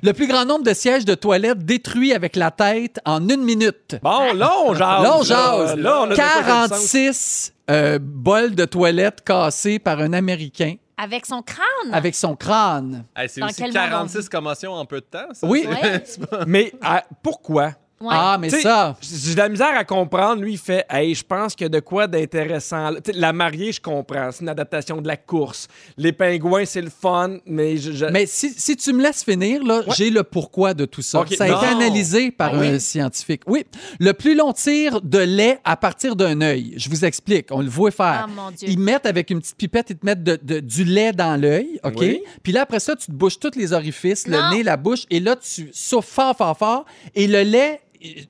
A: Le plus grand nombre de sièges de toilettes détruits avec la tête en une minute.
B: Bon, là, on jase.
A: Là, on jase.
B: Là, on a de quoi faire du sens.
A: 46 euh, bols de toilette cassés par un Américain
C: Avec son crâne.
A: Mm. avec son crâne.
D: Hey, c'est
C: Dans
D: aussi
C: quel monde
D: 46 commotions en peu de temps. ça,
A: Oui.
D: tu sais.
C: Ouais.
B: Mais ah, pourquoi?
C: Ouais.
A: Ah, mais
B: T'sais,
A: ça,
B: J'ai de la misère à comprendre. Lui, il fait Hey, je pense qu'il y a de quoi d'intéressant. là. T'sais, La mariée, je comprends. C'est une adaptation de la course. Les pingouins, c'est le fun, mais je. je-
A: mais si, si tu me laisses finir, là, j'ai le pourquoi de tout ça.
B: Ok,
A: Ça a été
B: non.
A: analysé par
B: Ah oui?
A: un scientifique. Oui, le plus long tir de lait à partir d'un œil. Je vous explique, on le voit
C: Ah,
A: faire.
C: mon Dieu.
A: Ils mettent avec une petite pipette, ils te mettent de- de- du lait dans l'œil, OK?
B: Oui.
A: Puis là, après ça, tu te bouches tous les orifices,
C: Non.
A: le nez, la bouche, et là, tu souffles fort, fort, fort, et le lait,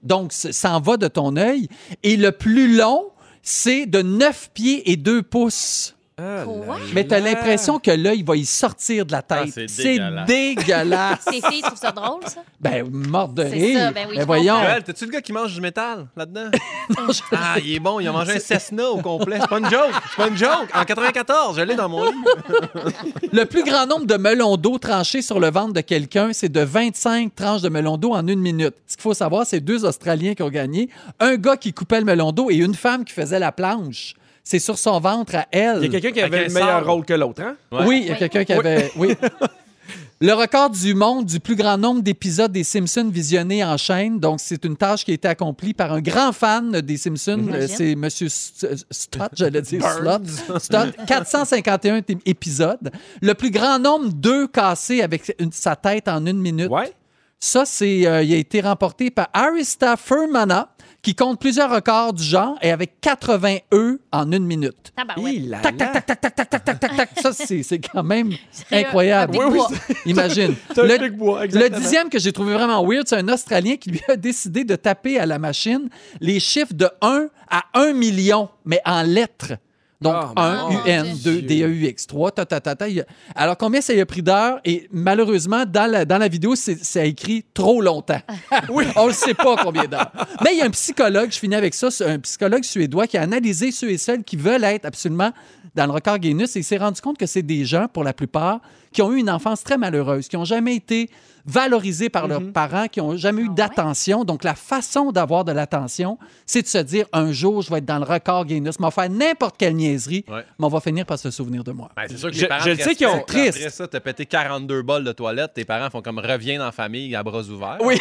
A: donc, s- s'en va de ton œil. Et le plus long, c'est de 9 pieds et 2 pouces.
B: Ah, là,
C: Quoi?
A: Mais t'as
B: là.
A: l'impression que l'œil va y sortir de la tête.
D: Ah, c'est
A: c'est
D: dégueulasse.
A: dégueulasse.
C: Ces filles trouvent ça drôle, ça?
A: ben, morte de
C: C'est
A: rire.
C: ça, ben oui, je
A: voyons.
B: Ah.
D: Joël, t'es-tu le gars qui mange du métal là-dedans? ah, il est bon, il a mangé un Cessna au complet. C'est pas une joke, c'est pas une joke. En 94, je l'ai dans mon lit.
A: Le plus grand nombre de melons d'eau tranchés sur le ventre de quelqu'un, c'est de 25 tranches de melon d'eau en une minute. Ce qu'il faut savoir, c'est deux Australiens qui ont gagné. Un gars qui coupait le melon d'eau et une femme qui faisait la planche. C'est sur son ventre à elle.
B: Il y a quelqu'un qui
D: Avec
B: avait
D: un
B: le meilleur
D: sabre.
B: rôle que l'autre, hein?
D: Ouais.
A: Oui, il y a quelqu'un qui avait. Oui. Le record du monde du plus grand nombre d'épisodes des Simpsons visionnés en chaîne. Donc, c'est une tâche qui a été accomplie par un grand fan des Simpsons. Euh,
C: Imagine.
A: C'est M. Stott, j'allais dire Slott. Stott. 451 t- épisodes. Le plus grand nombre d'œufs cassés avec une- sa tête en une minute.
B: Ouais.
A: Ça, c'est, euh, il a été remporté par Arista Fermana, qui compte plusieurs records du genre et avec 80 œufs en une minute.
C: Tabarouette.
B: Hi là
A: Ah Tac,
B: là.
A: tac, tac, tac, tac, tac, tac, tac, tac, tac. Ça, c'est c'est quand même
C: un-
A: incroyable.
C: un big Oui, oui, bois.
A: Imagine.
B: C'est un
A: Le-
B: big bois,
A: le
B: exactement.
A: dixième que j'ai trouvé vraiment weird, c'est un Australien qui lui a décidé de taper à la machine les chiffres de 1 à 1 million, mais en lettres. Donc,
B: Ah, mon
A: 1,
C: Dieu.
A: UN, 2, DEUX, 3, ta, ta, ta, ta. il y a- Alors, combien ça y a pris d'heures? Et malheureusement, dans la, dans la vidéo, c'est ça a écrit trop longtemps. oui. On ne sait pas combien d'heures. Mais il y a un psychologue, je finis avec ça, c'est un psychologue suédois qui a analysé ceux et celles qui veulent être absolument dans le record Guinness et il s'est rendu compte que c'est des gens, pour la plupart, qui ont eu une enfance très malheureuse, qui n'ont jamais été valorisés par leurs parents, qui n'ont jamais eu
C: Mm-hmm. Ah ouais?
A: d'attention. Donc, la façon d'avoir de l'attention, c'est de se dire un jour, je vais être dans le record Guinness, mais on va faire n'importe quelle niaiserie,
D: Ouais.
A: mais on va finir par se souvenir de moi.
D: Ben, c'est sûr que
B: Je-
D: les parents
B: je le
D: te
B: sais qu'ils ont-
D: respectent. Après
A: Triste.
D: ça, t'as pété 42 balles de toilette, tes parents font comme reviens dans la famille à bras ouverts.
B: Oui.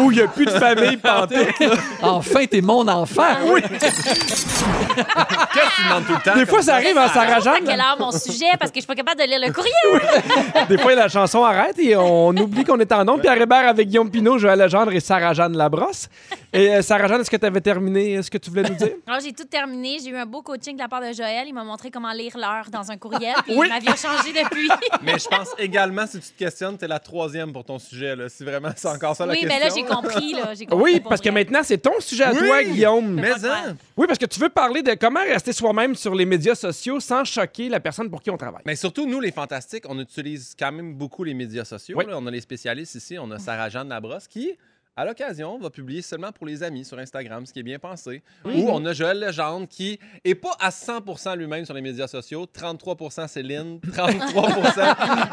B: Où il n'y a plus de famille pantoute. là.
A: Enfin, t'es mon enfant!
B: Oui.
D: Qu'est-ce que tu demandes tout le temps?
B: Des fois,
D: comme
B: ça arrive hein, en
C: Je sais pas
B: s'arrageant.
D: hein?
C: à quelle heure mon sujet, parce que je suis pas capable de lire ouvrir le courrier.
B: Des fois, la chanson arrête et on oublie qu'on est en nombre. Pierre Hébert avec Guillaume Pinot, Joël Legendre et Sarah-Jeanne Labrosse. Et euh, Sarah-Jeanne, est-ce que tu avais terminé euh, ce que tu voulais nous dire?
C: Alors, j'ai tout terminé. J'ai eu un beau coaching de la part de Joël. Il m'a montré comment lire l'heure dans un courriel. Puis
B: Oui.
C: ma vie a changé depuis.
D: Mais je pense également, si tu te questionnes, t'es la troisième pour ton sujet. Là. Si vraiment c'est encore ça la
C: oui,
D: question.
C: mais là, j'ai compris. Là, j'ai compris
B: Oui,
C: pour
B: parce que
C: vrai.
B: maintenant, c'est ton sujet à
D: Oui!
B: toi, Guillaume.
D: Mais hein,
B: Oui, parce que tu veux parler de comment rester soi-même sur les médias sociaux sans choquer la personne pour qui on travaille.
D: Mais surtout, nous, les fantastiques, on utilise quand même beaucoup les médias sociaux.
B: Oui.
D: là. On a les spécialistes ici.
A: Mm.
D: On a Sarah-Jeanne Labrosse qui, à l'occasion, va publier seulement pour les amis sur Instagram, ce qui est bien pensé.
A: Mm-hmm.
D: Ou on a Joël Legendre qui est pas à 100 lui-même sur les médias sociaux. 33 Céline, 33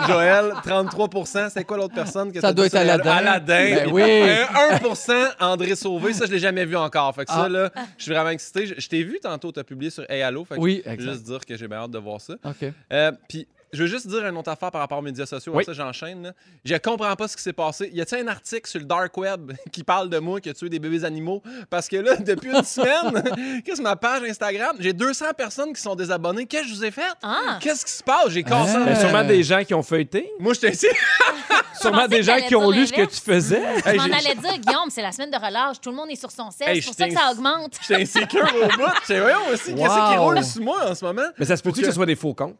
D: Joël, 33 c'est quoi l'autre personne que
A: Ça
D: t'as
A: doit
D: dit sur
A: être
D: les-
A: Aladdin. Ben
D: Aladdin.
A: oui.
D: Euh, 1 André Sauvé, ça, je l'ai jamais vu encore. Fait que
A: Ah.
D: ça, là, je suis vraiment excité. Je, je t'ai vu tantôt, t'as publié sur Hey Allo. Fait que
A: Oui,
D: je veux
A: exact.
D: juste dire que j'ai bien hâte de voir ça.
A: OK.
D: Euh, Puis, je veux juste dire une autre affaire par rapport aux médias sociaux.
B: Oui.
D: Ça, j'enchaîne. là. Je comprends pas ce qui s'est passé. Y a-t-il un article sur le Dark Web qui parle de moi qui a tué des bébés animaux? Parce que là, depuis une semaine, qu'est-ce que ma page Instagram? J'ai 200 personnes qui sont désabonnées. Qu'est-ce que je vous ai fait?
C: Ah!
D: Qu'est-ce qui se passe? J'ai cassé
A: Hein?
D: un-
B: Mais Ah! Ben, sûrement
A: Euh.
B: des gens qui ont feuilleté,
D: Moi, j'étais ici.
B: sûrement
C: pensais
B: des
C: que
B: gens
C: t'allais
B: qui ont
C: dire
B: lu ce que
C: l'inverse.
B: tu faisais.
C: Je m'en allais dire, Guillaume, c'est la semaine de relâche. Tout le monde est sur son sel.
D: Hey,
C: c'est pour ça que
D: je
C: ça
D: t'ai-
C: augmente.
D: J'étais insécure au bout. J'étais, voyons aussi, qu'est-ce qui
A: Wow.
D: roule sur moi en ce moment?
B: Mais ça se peut-tu que ce soit des faux comptes?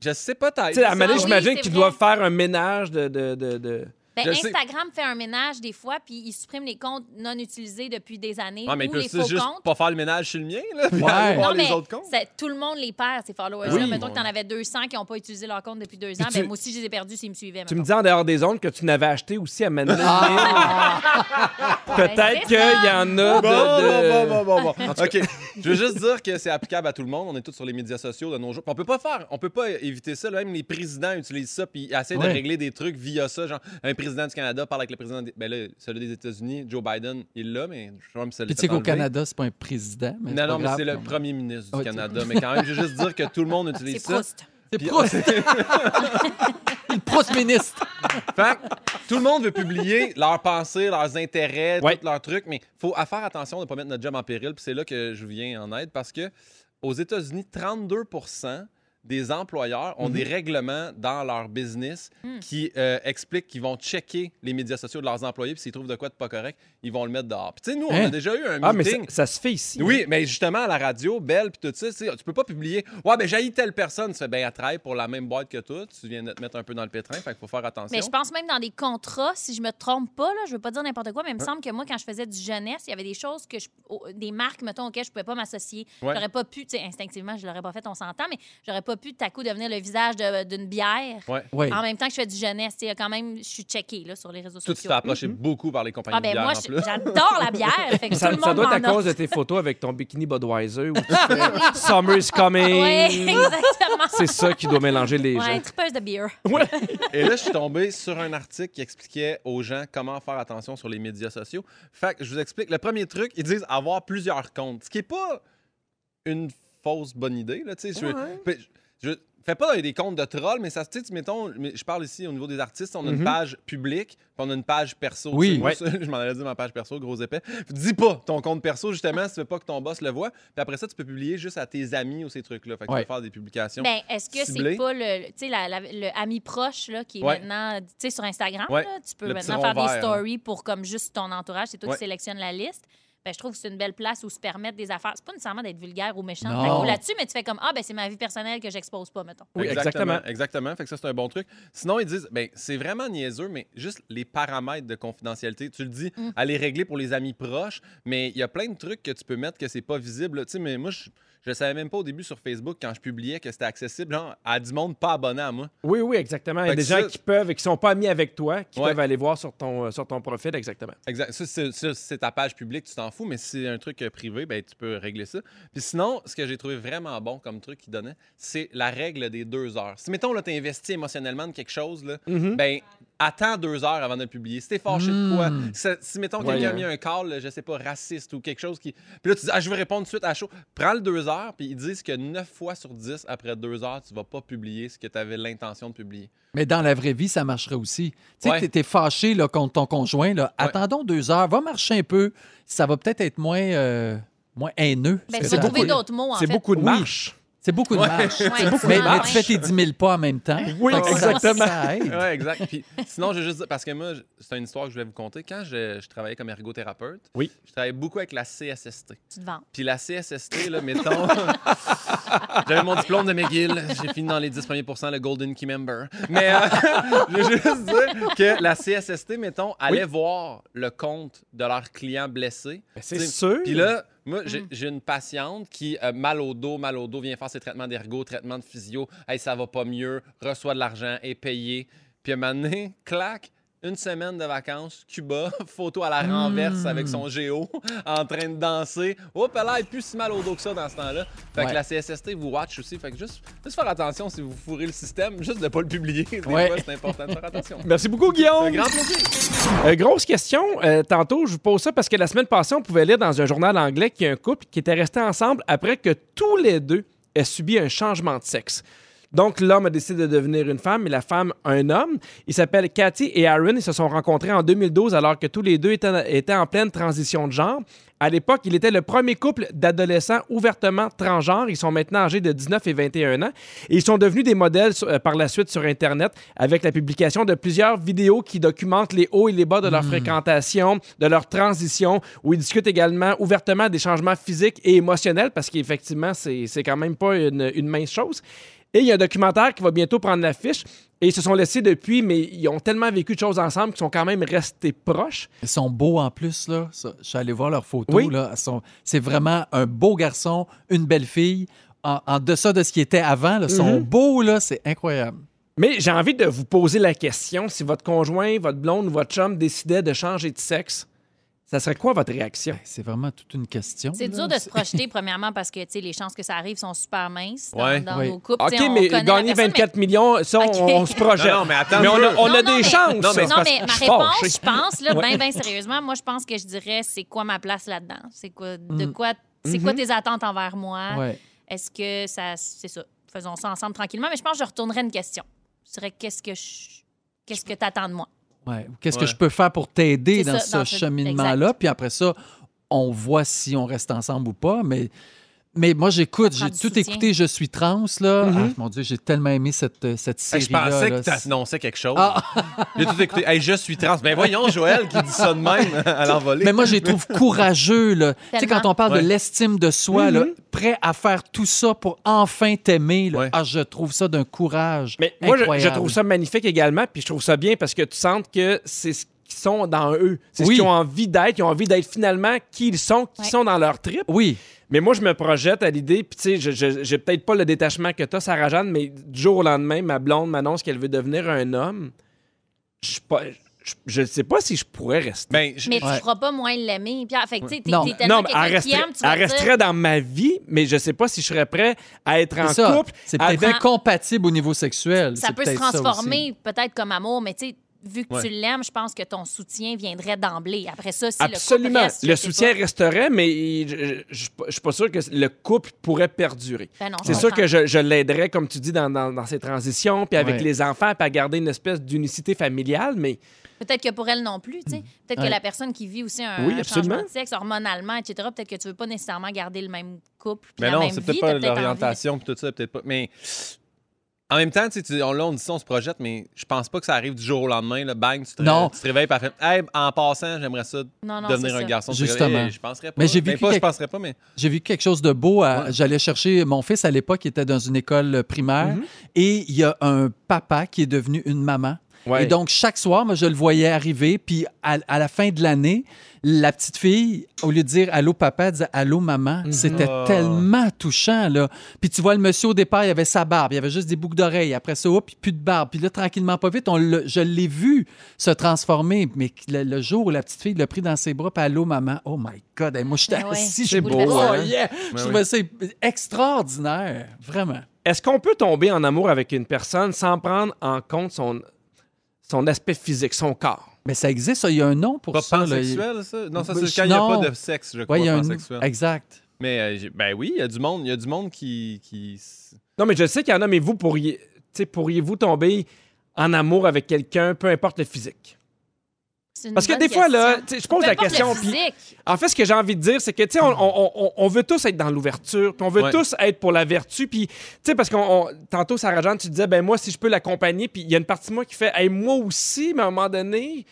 D: Je sais Ah peut-être.
B: Tu sais, à un moment donné,
C: oui,
B: j'imagine
C: c'est
B: qu'ils
C: vrai.
B: doivent faire un ménage de. de, de, de-
C: Ben,
D: Je sais.
C: Instagram fait un ménage des fois, puis il supprime les comptes non utilisés depuis des années.
D: Ah, mais
C: ou
D: peut
C: les faux
D: juste
C: comptes.
D: pas faire le ménage sur le mien, là, puis
A: Ouais.
D: aller voir
C: Non, mais
D: les autres comptes?
C: c'est- tout le monde les perd, ces followers.
D: Oui.
C: Mettons que t'en avais 200 qui n'ont pas utilisé leur compte depuis deux ans.
B: Puis
C: Ben,
B: tu-
C: moi aussi, je les ai perdus s'ils me suivaient.
B: Tu
C: mettons.
B: me dis en dehors des ondes que tu n'avais acheté aussi à Manon.
C: Ben,
B: Peut-être
C: c'est ça.
B: qu'il y en a de.
D: Ah! Bon,
B: de-
D: bon, bon, bon, bon, bon. OK. Je veux juste dire que c'est applicable à tout le monde. On est tous sur les médias sociaux de nos jours. Puis On peut pas faire, on peut pas éviter ça. là. Même les présidents utilisent ça puis ils essaient
A: Ouais.
D: de régler des trucs via ça. Genre, un président du Canada parle avec le président des, ben là, celui des États-Unis, Joe Biden, il l'a, mais Trump, c'est le
A: Puis tu sais qu'au Canada, c'est pas un président, mais
D: Non, non, mais c'est
A: le
D: le premier ministre
A: Ah,
D: du
A: tu-
D: Canada. Mais quand même, je veux juste dire que tout le monde utilise
C: C'est
D: ça.
C: Proust.
A: C'est
D: Puis-
A: Proust. Il Proust ministre.
D: Fait que tout le monde veut publier leurs pensées, leurs intérêts,
B: Ouais.
D: tous leurs trucs, mais faut à faire attention de ne pas mettre notre job en péril. Puis c'est là que je viens en aide parce que aux États-Unis, 32 des employeurs
B: Mhm.
D: ont des règlements dans leur business
C: Hmm.
D: qui euh, expliquent qu'ils vont checker les médias sociaux de leurs employés, puis s'ils trouvent de quoi de pas correct, ils vont le mettre dehors. Puis tu sais, nous, on
A: Hein?
D: a déjà eu un
B: Ah, mais ça,
D: meeting.
B: ça se fait ici.
D: Oui, mais justement, à la radio, Belle, puis tout ça, tu sais, tu peux pas publier « Ouais, ben j'haïs telle personne. » Tu fais « Ben, elle travaille pour la même boîte que toi. Tu viens de te mettre un peu dans le pétrin. » Fait qu'il faut faire attention.
C: Mais je pense même dans des contrats, si je me trompe pas, là, je veux pas dire n'importe quoi, mais il me semble que moi, quand je faisais du jeunesse, il y avait des choses que je. au- des marques, mettons, auxquelles je pouvais pas m'associer.
D: Ouais.
C: J'aurais pas pu, tu sais, instinctivement, je l'aurais pas fait, on s'entend, mais j'aurais pas pu, tout à coup, devenir le visage de- d'une bière.
D: Ouais.
A: Oui.
C: En même temps que je fais du jeunesse, tu sais, quand même, je suis checkée là, sur les réseaux
D: Toi, tu te
C: sociaux.
D: fais approcher beaucoup par les compagnies
C: Ah, ben
D: de bière
C: moi,
D: en
C: je-
D: plus.
C: j'adore la bière. Fait que
B: Ça,
C: tout le
B: ça
C: monde
B: doit être à
C: m'en
B: cause de
C: offre.
B: tes photos avec ton bikini Budweiser ou Summer's Coming.
C: Oui, exactement.
B: C'est ça qui doit mélanger les
C: Ouais,
B: gens.
C: tripeuse de bière.
D: Et là, je suis tombé sur un article qui expliquait aux gens comment faire attention sur les médias sociaux. Fait que je vous explique. Le premier truc, ils disent avoir plusieurs comptes, ce qui est pas une fausse bonne idée. Là, tu sais, je, je- je- fais pas des comptes de troll, mais ça, tu sais, tu- mettons, mais je parle ici au niveau des artistes, on a une
B: Mhm.
D: page publique, puis on a une page perso.
A: Oui.
D: Tu sais, moi,
B: Ouais.
D: ça, je m'en allais dire ma page perso, gros épais. Dis pas ton compte perso, justement, si tu veux pas que ton boss le voit. Puis après ça, tu peux publier juste à tes amis ou ces trucs-là. Fait que
A: Ouais.
D: tu peux faire des publications.
C: Ben, est-ce que c'est
D: ciblé.
C: pas le, tu sais, la- la- le ami proche là, qui est
D: Ouais.
C: maintenant tu sais, sur Instagram?
D: Ouais.
C: là, tu peux
D: Le petit
C: maintenant faire
D: rond
C: des
D: vert,
C: stories pour comme juste ton entourage. C'est toi
D: Ouais.
C: qui sélectionnes la liste. Ben, je trouve que c'est une belle place où se permettre des affaires. C'est pas nécessairement d'être vulgaire ou méchant
A: Non.
C: là-dessus, mais tu fais comme Ah, ben c'est ma vie personnelle que j'expose pas, mettons.
B: Oui,
D: exactement.
B: exactement.
D: Exactement. Fait que ça, c'est un bon truc. Sinon, ils disent, ben, c'est vraiment niaiseux, mais juste les paramètres de confidentialité. Tu le dis, à les régler pour les amis proches, mais il y a plein de trucs que tu peux mettre que c'est pas visible. Tu sais, mais moi, je. Je savais même pas au début sur Facebook quand je publiais que c'était accessible genre, à du monde pas abonné à moi.
B: Oui, oui, exactement. Il y a
D: Fait
B: des
D: que
B: gens
D: ça-
B: qui peuvent et qui sont pas amis avec toi, qui
D: Ouais.
B: peuvent aller voir sur ton, euh, sur ton profil, exactement.
D: Exact. Ça, c'est- ça, c'est ta page publique, tu t'en fous, mais si c'est un truc euh, privé, ben, tu peux régler ça. Puis sinon, ce que j'ai trouvé vraiment bon comme truc qu'ils donnait, c'est la règle des deux heures. Si, mettons, là, tu investis émotionnellement de quelque chose, là, ben, attends deux heures avant de le publier. Si t'es fâché de quoi, si- si, mettons,
B: Ouais,
D: quelqu'un a
B: hein.
D: mis un call, là, je sais pas, raciste ou quelque chose qui. Puis là, tu dis, ah, je vais répondre tout de suite à chaud. Prends le deux heures, puis ils disent que neuf fois sur dix, après deux heures, tu vas pas publier ce que tu avais l'intention de publier.
A: Mais dans la vraie vie, ça marcherait aussi. Tu sais,
D: Ouais.
A: t'es- t'es fâché là, contre ton conjoint. Là.
D: Ouais.
A: Attendons deux heures, va marcher un peu. Ça va peut-être être moins, euh, moins haineux.
C: Ben,
A: C'est
C: tu vas
A: ça.
C: trouver d'autres mots, en
B: C'est
C: fait.
B: beaucoup de
A: Oui.
B: marche.
A: C'est beaucoup de
D: Ouais.
A: marche.
C: Ouais,
A: C'est beaucoup de
C: ouais.
A: marche. Mais tu fais tes 10 000 pas en même temps.
B: Oui,
A: Donc, ça-
B: exactement.
A: ça aide.
D: Ouais, exact. Puis, sinon, je vais juste dire, parce que moi, je- c'est une histoire que je voulais vous conter. Quand je, je travaillais comme ergothérapeute,
B: Oui.
D: je travaillais beaucoup avec la CSST.
C: Tu te vends.
D: Puis la CSST, là, mettons, j'avais mon diplôme de McGill, j'ai fini dans les 10 premiers pourcents, le Golden Key Member. Mais euh, je veux juste dire que la CSST, mettons, allait voir le compte de leurs clients blessés.
B: Ben, c'est
D: Tu sais,
B: sûr.
A: Hmm.
D: Puis là, moi, j'ai j'ai une patiente qui, euh, mal au dos, mal au dos, vient faire ses traitements d'ergo, traitements de physio. Hey, ça va pas mieux, reçoit de l'argent, est payé. Puis à un moment donné, clac, une semaine de vacances, Cuba, photo à la renverse avec
A: Hmm.
D: son géo, en train de danser. Hop là, elle est plus si mal au dos que ça dans ce temps-là. Fait
A: Ouais.
D: que la CSST vous watch aussi. Fait que juste, juste faire attention si vous fourrez le système, juste de pas le publier. Des
A: Ouais.
D: fois, c'est important de faire attention.
B: Merci beaucoup, Guillaume.
D: Un grand plaisir.
B: Euh, grosse question. Euh, tantôt, je vous pose ça parce que la semaine passée, on pouvait lire dans un journal anglais qu'il y a un couple qui était resté ensemble après que tous les deux aient subi un changement de sexe. Donc, l'homme a décidé de devenir une femme et la femme un homme. Ils s'appellent Cathy et Aaron. Ils se sont rencontrés en 2012 alors que tous les deux étaient, étaient en pleine transition de genre. À l'époque, il était le premier couple d'adolescents ouvertement transgenres. Ils sont maintenant âgés de 19 et 21 ans. Et ils sont devenus des modèles sur- euh, par la suite sur Internet avec la publication de plusieurs vidéos qui documentent les hauts et les bas de leur fréquentation, de leur transition, où ils discutent également ouvertement des changements physiques et émotionnels parce qu'effectivement, c'est c'est quand même pas une, une mince chose. Et il y a un documentaire qui va bientôt prendre l'affiche. Et ils se sont laissés depuis, mais ils ont tellement vécu de choses ensemble qu'ils sont quand même restés proches.
A: Ils sont beaux en plus, là. Ça, je suis allé voir leurs photos.
B: Oui.
A: là. Elles sont- C'est vraiment un beau garçon, une belle fille. En, en deçà de ce qui était avant, là, Ils sont
D: Mm-hmm.
B: Mhm.
A: beaux, là. C'est incroyable.
B: Mais j'ai envie de vous poser la question si votre conjoint, votre blonde ou votre chum décidait de changer de sexe, ça serait quoi votre réaction?
A: Ben, C'est vraiment toute une question.
C: C'est
A: là.
C: dur de se projeter, premièrement, parce que tu sais, les chances que ça arrive sont super minces dans,
D: Ouais.
C: dans
A: Oui.
C: nos couples. Tu
B: OK,
C: sais, on
B: mais
C: connaît la
B: gagner
C: personne, mais-
B: 24 millions, ça, on-
C: OK.
B: on, se projette.
D: Non, non, mais attends
B: Mais
D: un
B: on a,
D: peu.
B: on a
C: Non, non,
B: des
C: mais-
B: chances.
D: Non, mais
B: ça, Ben,
C: Non,
B: parce
C: mais
B: que
C: ma
B: je suis fâché.
C: réponse, je pense, là, ben, ben, sérieusement, moi, je pense que je dirais, c'est quoi ma place là-dedans? C'est quoi, de
B: Mm.
C: quoi, c'est
B: Mm-hmm.
C: quoi tes attentes envers moi?
A: Ouais.
C: Est-ce que ça, c'est ça, faisons ça ensemble tranquillement, mais je pense que je retournerais une question. Je dirais, qu'est-ce que je, qu'est-ce que t'attends de moi?
A: Ouais. Ou Qu'est-ce
D: Ouais.
A: que je peux faire pour t'aider
C: C'est
A: dans
C: ça,
A: ce
C: dans ce-
A: cheminement-là?
C: exact.
A: Puis après ça, on voit si on reste ensemble ou pas. Mais, mais moi, j'écoute.
C: Prends
A: J'ai
C: du
A: tout
C: soutien.
A: écouté. Je suis trans, là. Ah, mon Dieu, j'ai tellement aimé cette, euh, cette
D: Mm-hmm. Hey,
A: série-là.
D: je pensais
A: là.
D: que
A: C'est-
D: t'annonçais quelque chose.
A: Ah!
D: J'ai tout écouté. Hey, je suis trans. Ben voyons, Joël qui dit ça de même à l'envolée.
A: Mais moi, je les trouve courageux. Là. Tu sais,
C: Tellement.
A: quand on parle
D: Ouais.
A: de l'estime de soi, là, prêt à faire tout ça pour enfin t'aimer, là.
D: Ouais.
A: ah, je trouve ça d'un courage.
B: Mais moi, je- je,
A: incroyable.
B: trouve ça magnifique également, puis je trouve ça bien parce que tu sens que c'est ce qu'ils sont dans eux. C'est
A: Oui.
B: ce qu'ils ont envie d'être. Ils ont envie d'être finalement qui ils sont, qui
C: Ouais.
B: sont dans leur trip.
A: Oui,
B: Mais moi, je me projette à l'idée, puis tu sais, je- je- j'ai peut-être pas le détachement que t'as, Sarah Jeanne, mais du jour au lendemain, ma blonde m'annonce qu'elle veut devenir un homme. Je suis pas- je- Je sais pas si je pourrais rester.
D: Ben, je-
C: Mais tu
A: Ouais.
C: feras pas moins l'aimer. Puis, ah, fait que, tu sais, t'es,
A: Non.
C: t'es tellement
B: mais
C: quelqu'un
B: elle
C: qui
B: resterait,
C: aime, tu vas
B: elle
C: dire-
B: resterait dans ma vie, mais je sais pas si je serais prêt à être en
A: c'est ça.
B: couple.
A: C'est
B: avec-
A: peut-être incompatible au niveau sexuel.
C: ça
A: C'est
C: peut se
A: peut-être aussi.
C: transformer peut-être comme amour, mais tu sais, vu que
D: Ouais.
C: tu l'aimes, je pense que ton soutien viendrait d'emblée. Après ça, si le couple
B: Absolument.
C: reste, je
B: le
C: sais
B: soutien
C: pas.
B: resterait, mais je, je- je- je suis pas sûr que le couple pourrait perdurer.
C: Ben non, je
B: C'est sûr
C: comprends.
B: que je, je l'aiderais, comme tu dis, dans, dans, dans ces transitions, puis avec
A: Ouais.
B: les enfants, puis à garder une espèce d'unicité familiale, mais
C: Peut-être que pour elle non plus, tu sais. Peut-être
A: Ouais.
C: que la personne qui vit aussi un,
B: Mhm. Oui,
C: un
B: absolument.
C: changement de sexe hormonalement, etc., peut-être que tu veux pas nécessairement garder le même couple. puis
B: Ben
D: mais
C: la
D: ben non,
C: même
D: c'est
C: vie,
D: peut-être
C: t'as
D: pas
C: envie de-
D: l'orientation puis tout ça, peut-être pas. Mais en même temps, tu sais, tu- on, là, on dit ça, on se projette, mais je pense pas que ça arrive du jour au lendemain. Là, bang, tu te,
A: Non.
D: tu te réveilles parfait. Hey, en passant, j'aimerais ça
C: Ah Non, non,
D: devenir
C: c'est
D: un
C: ça.
D: garçon. Tu te
A: Justement.
D: réveilles, hey, je penserais pas.
A: Mais j'ai
D: Ben,
A: vécu
D: pas, je
A: quelque-
D: penserais pas, mais.
A: J'ai vu quelque chose de beau. à- J'allais chercher mon fils à l'époque, il était dans une école primaire
D: Mhm.
A: et il y a un papa qui est devenu une maman.
B: Ouais.
A: Et donc, chaque soir, moi, je le voyais arriver. Puis, à, à la fin de l'année, la petite fille, au lieu de dire allô papa, disait allô maman. C'était
D: Oh.
A: tellement touchant, là. Puis, tu vois, le monsieur, au départ, il avait sa barbe, il avait juste des boucles d'oreilles. Après ça, hop, plus de barbe. Puis là, tranquillement, pas vite, on l'a- je l'ai vu se transformer. Mais le, le jour où la petite fille l'a pris dans ses bras, puis allô maman, oh my God, hey, moi, j'étais
C: Ah ouais,
A: assis,
C: c'est
A: j'ai
C: beau,
A: Oh,
C: hein?
A: yeah!
D: Ben
A: je
D: oui.
A: trouvais ça extraordinaire, vraiment.
B: Est-ce qu'on peut tomber en amour avec une personne sans prendre en compte son, son aspect physique, son corps?
A: Mais ça existe, ça. il y a un nom pour
D: Pas
A: ça. là.
D: pansexuel, ça? Non, ça,
A: Ben,
D: c'est quand il n'y a
A: non.
D: pas de sexe, je crois,
A: Ouais, il y a un...
D: pansexuel.
A: Exact.
D: Mais euh, j'ai- ben oui, il y a du monde, il y a du monde qui. qui... s-
B: Non, mais je sais qu'il y en a, mais vous pourriez, tu sais, pourriez-vous tomber en amour avec quelqu'un, peu importe le physique?
C: C'est une
B: Parce que
C: bonne
B: des fois, là,
C: question.
B: tu sais, je pose
C: Peu
B: la
C: importe le
B: question, puis
C: physique.
B: En fait, ce que j'ai envie de dire, c'est que, tu sais, on, on- on- on veut tous être dans l'ouverture, puis on veut
D: Ouais.
B: tous être pour la vertu, puis, tu sais, parce qu'on, on- tantôt, Sarah-Jeanne, tu disais, ben moi, si je peux l'accompagner, puis il y a une partie de moi qui fait, hey, moi aussi, mais à un moment donné,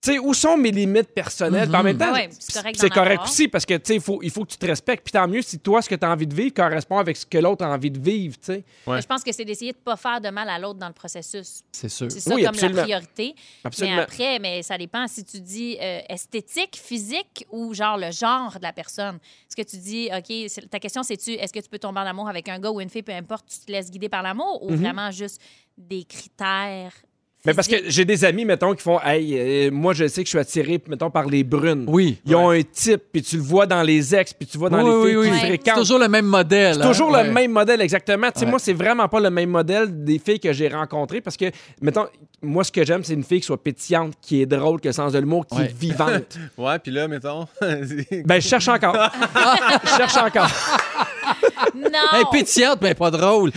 B: tu sais, où sont mes limites personnelles? Puis en même temps,
C: Ouais, c'est correct
B: c'est
C: d'en
B: correct
C: avoir.
B: aussi, parce que, tu sais, il faut, il faut que tu te respectes, puis tant mieux si toi, ce que tu as envie de vivre correspond avec ce que l'autre a envie de vivre, tu sais.
D: Ouais.
C: Je pense que c'est d'essayer de ne pas faire de mal à l'autre dans le processus.
A: C'est sûr.
C: C'est ça
B: Oui,
C: comme
B: absolument.
C: la priorité.
B: Absolument.
C: Mais après, mais ça dépend si tu dis euh, esthétique, physique ou genre le genre de la personne. Est-ce que tu dis, OK, c'est- ta question, c'est-tu, est-ce que tu peux tomber en amour avec un gars ou une fille, peu importe, tu te laisses guider par l'amour ou vraiment juste des critères
B: Mhm. Mais parce
C: physiques?
B: que j'ai des amis, mettons, qui font Hey, euh, moi, je sais que je suis attiré, mettons, par les brunes.
A: Oui.
B: Ils ont un type, puis tu le vois dans les ex, puis tu vois dans
A: oui,
B: les
A: oui,
B: filles
A: oui.
B: qui
C: Ouais.
A: C'est
B: fréquentent.
A: toujours le même modèle.
B: C'est toujours
A: hein?
B: le même modèle, exactement. Tu sais,
A: Ouais.
B: moi, c'est vraiment pas le même modèle des filles que j'ai rencontrées parce que, mettons, moi, ce que j'aime, c'est une fille qui soit pétillante, qui est drôle, qui a le sens de l'humour, qui
A: Ouais.
B: est vivante.
D: Ouais, puis là, mettons.
B: ben, je cherche encore. je cherche encore.
C: Non!
A: Hey, pétillante, mais pas drôle.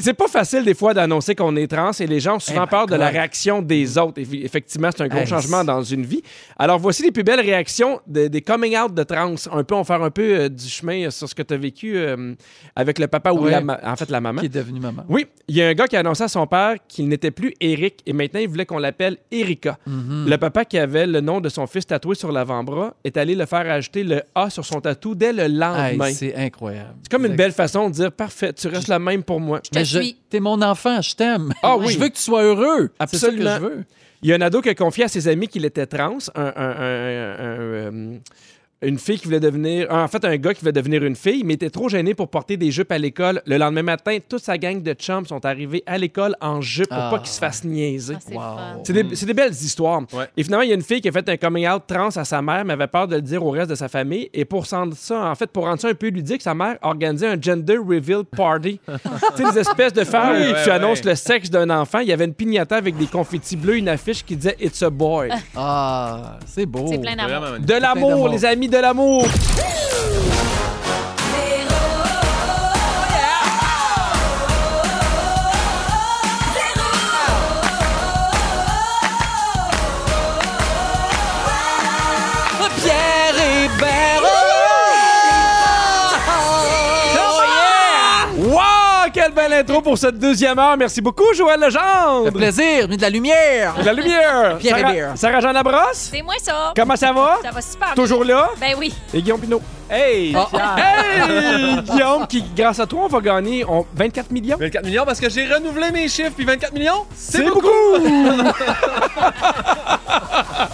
B: C'est pas facile, des fois, d'annoncer qu'on est trans et les gens ont souvent
A: Hey, my
B: peur de la
A: God.
B: réaction des autres. Eff- Effectivement, c'est un gros
A: ben, Mm. Hey,
B: changement
A: c'est-
B: dans une vie. Alors, voici les plus belles réactions de- des coming out de trans. Un peu, on va faire un peu euh, du chemin euh, sur ce que tu as vécu euh, avec le papa ou
A: Ouais.
B: la ma- en fait la maman.
A: Qui est devenue maman.
B: Oui, il y a un gars qui a annoncé à son père qu'il n'était plus Eric et maintenant il voulait qu'on l'appelle Erika.
A: Mm-hmm.
B: Le papa qui avait le nom de son fils tatoué sur l'avant-bras est allé le faire ajouter le A sur son tatou dès le
A: Hey,
B: lendemain. c'est
A: c'est incroyable.
B: comme une belle façon de dire parfait, tu restes la même pour moi.
C: te
A: Mais je,
C: suis.
A: t'es mon enfant, je t'aime.
B: Ah oui.
A: Je veux que tu sois heureux.
B: Absolument.
A: C'est ça que je veux.
B: Il y a un ado qui a confié à ses amis qu'il était trans, un- un- un- un- euh, une fille qui voulait devenir, en fait un gars qui voulait devenir une fille, mais était trop gêné pour porter des jupes à l'école. Le lendemain matin, toute sa gang de chums sont arrivés à l'école en jupe pour
A: Ah.
B: pas qu'ils se fassent niaiser.
C: Ah, c'est le
A: Wow.
J: Ben
C: fun.
B: C'est des, c'est des belles histoires.
D: Mm. Ouais.
B: Et finalement, il y a une fille qui a fait un coming out trans à sa mère, mais avait peur de le dire au reste de sa famille. Et pour rendre ça, en fait, pour rendre ça un peu ludique, sa mère a organisé un gender reveal party. tu sais, des espèces de femmes
D: Ouais,
B: où
D: ouais,
B: tu annonces
D: ouais.
B: le sexe d'un enfant. Il y avait une pignata avec des confettis bleus, une affiche qui disait It's a boy.
A: Ah, c'est beau.
C: C'est plein d'amour.
D: Vraiment magnifique.
B: De l'amour,
A: d'amour.
B: les amis, de l'amour.
G: Pierre Hébert!
A: Oh,
B: Oh, Wow, quelle belle intro pour cette deuxième heure. Merci beaucoup, Joël
A: Ça fait
B: Legendre.
A: plaisir, mais de la lumière.
B: La lumière.
A: Pierre
B: Sarah-
A: Hébert.
B: Sarah-Jeanne Labrosse.
C: C'est moi ça!
B: Comment ça va?
C: Ça va super bien.
B: Toujours là?
C: Ben oui.
B: Et Guillaume Pinot. Hey! Hey! Guillaume, qui, grâce à toi, on va gagner on- 24 millions.
D: 24 millions parce que j'ai renouvelé mes chiffres, puis 24 millions, c'est
B: Ben, C'est
D: beaucoup.
B: beaucoup!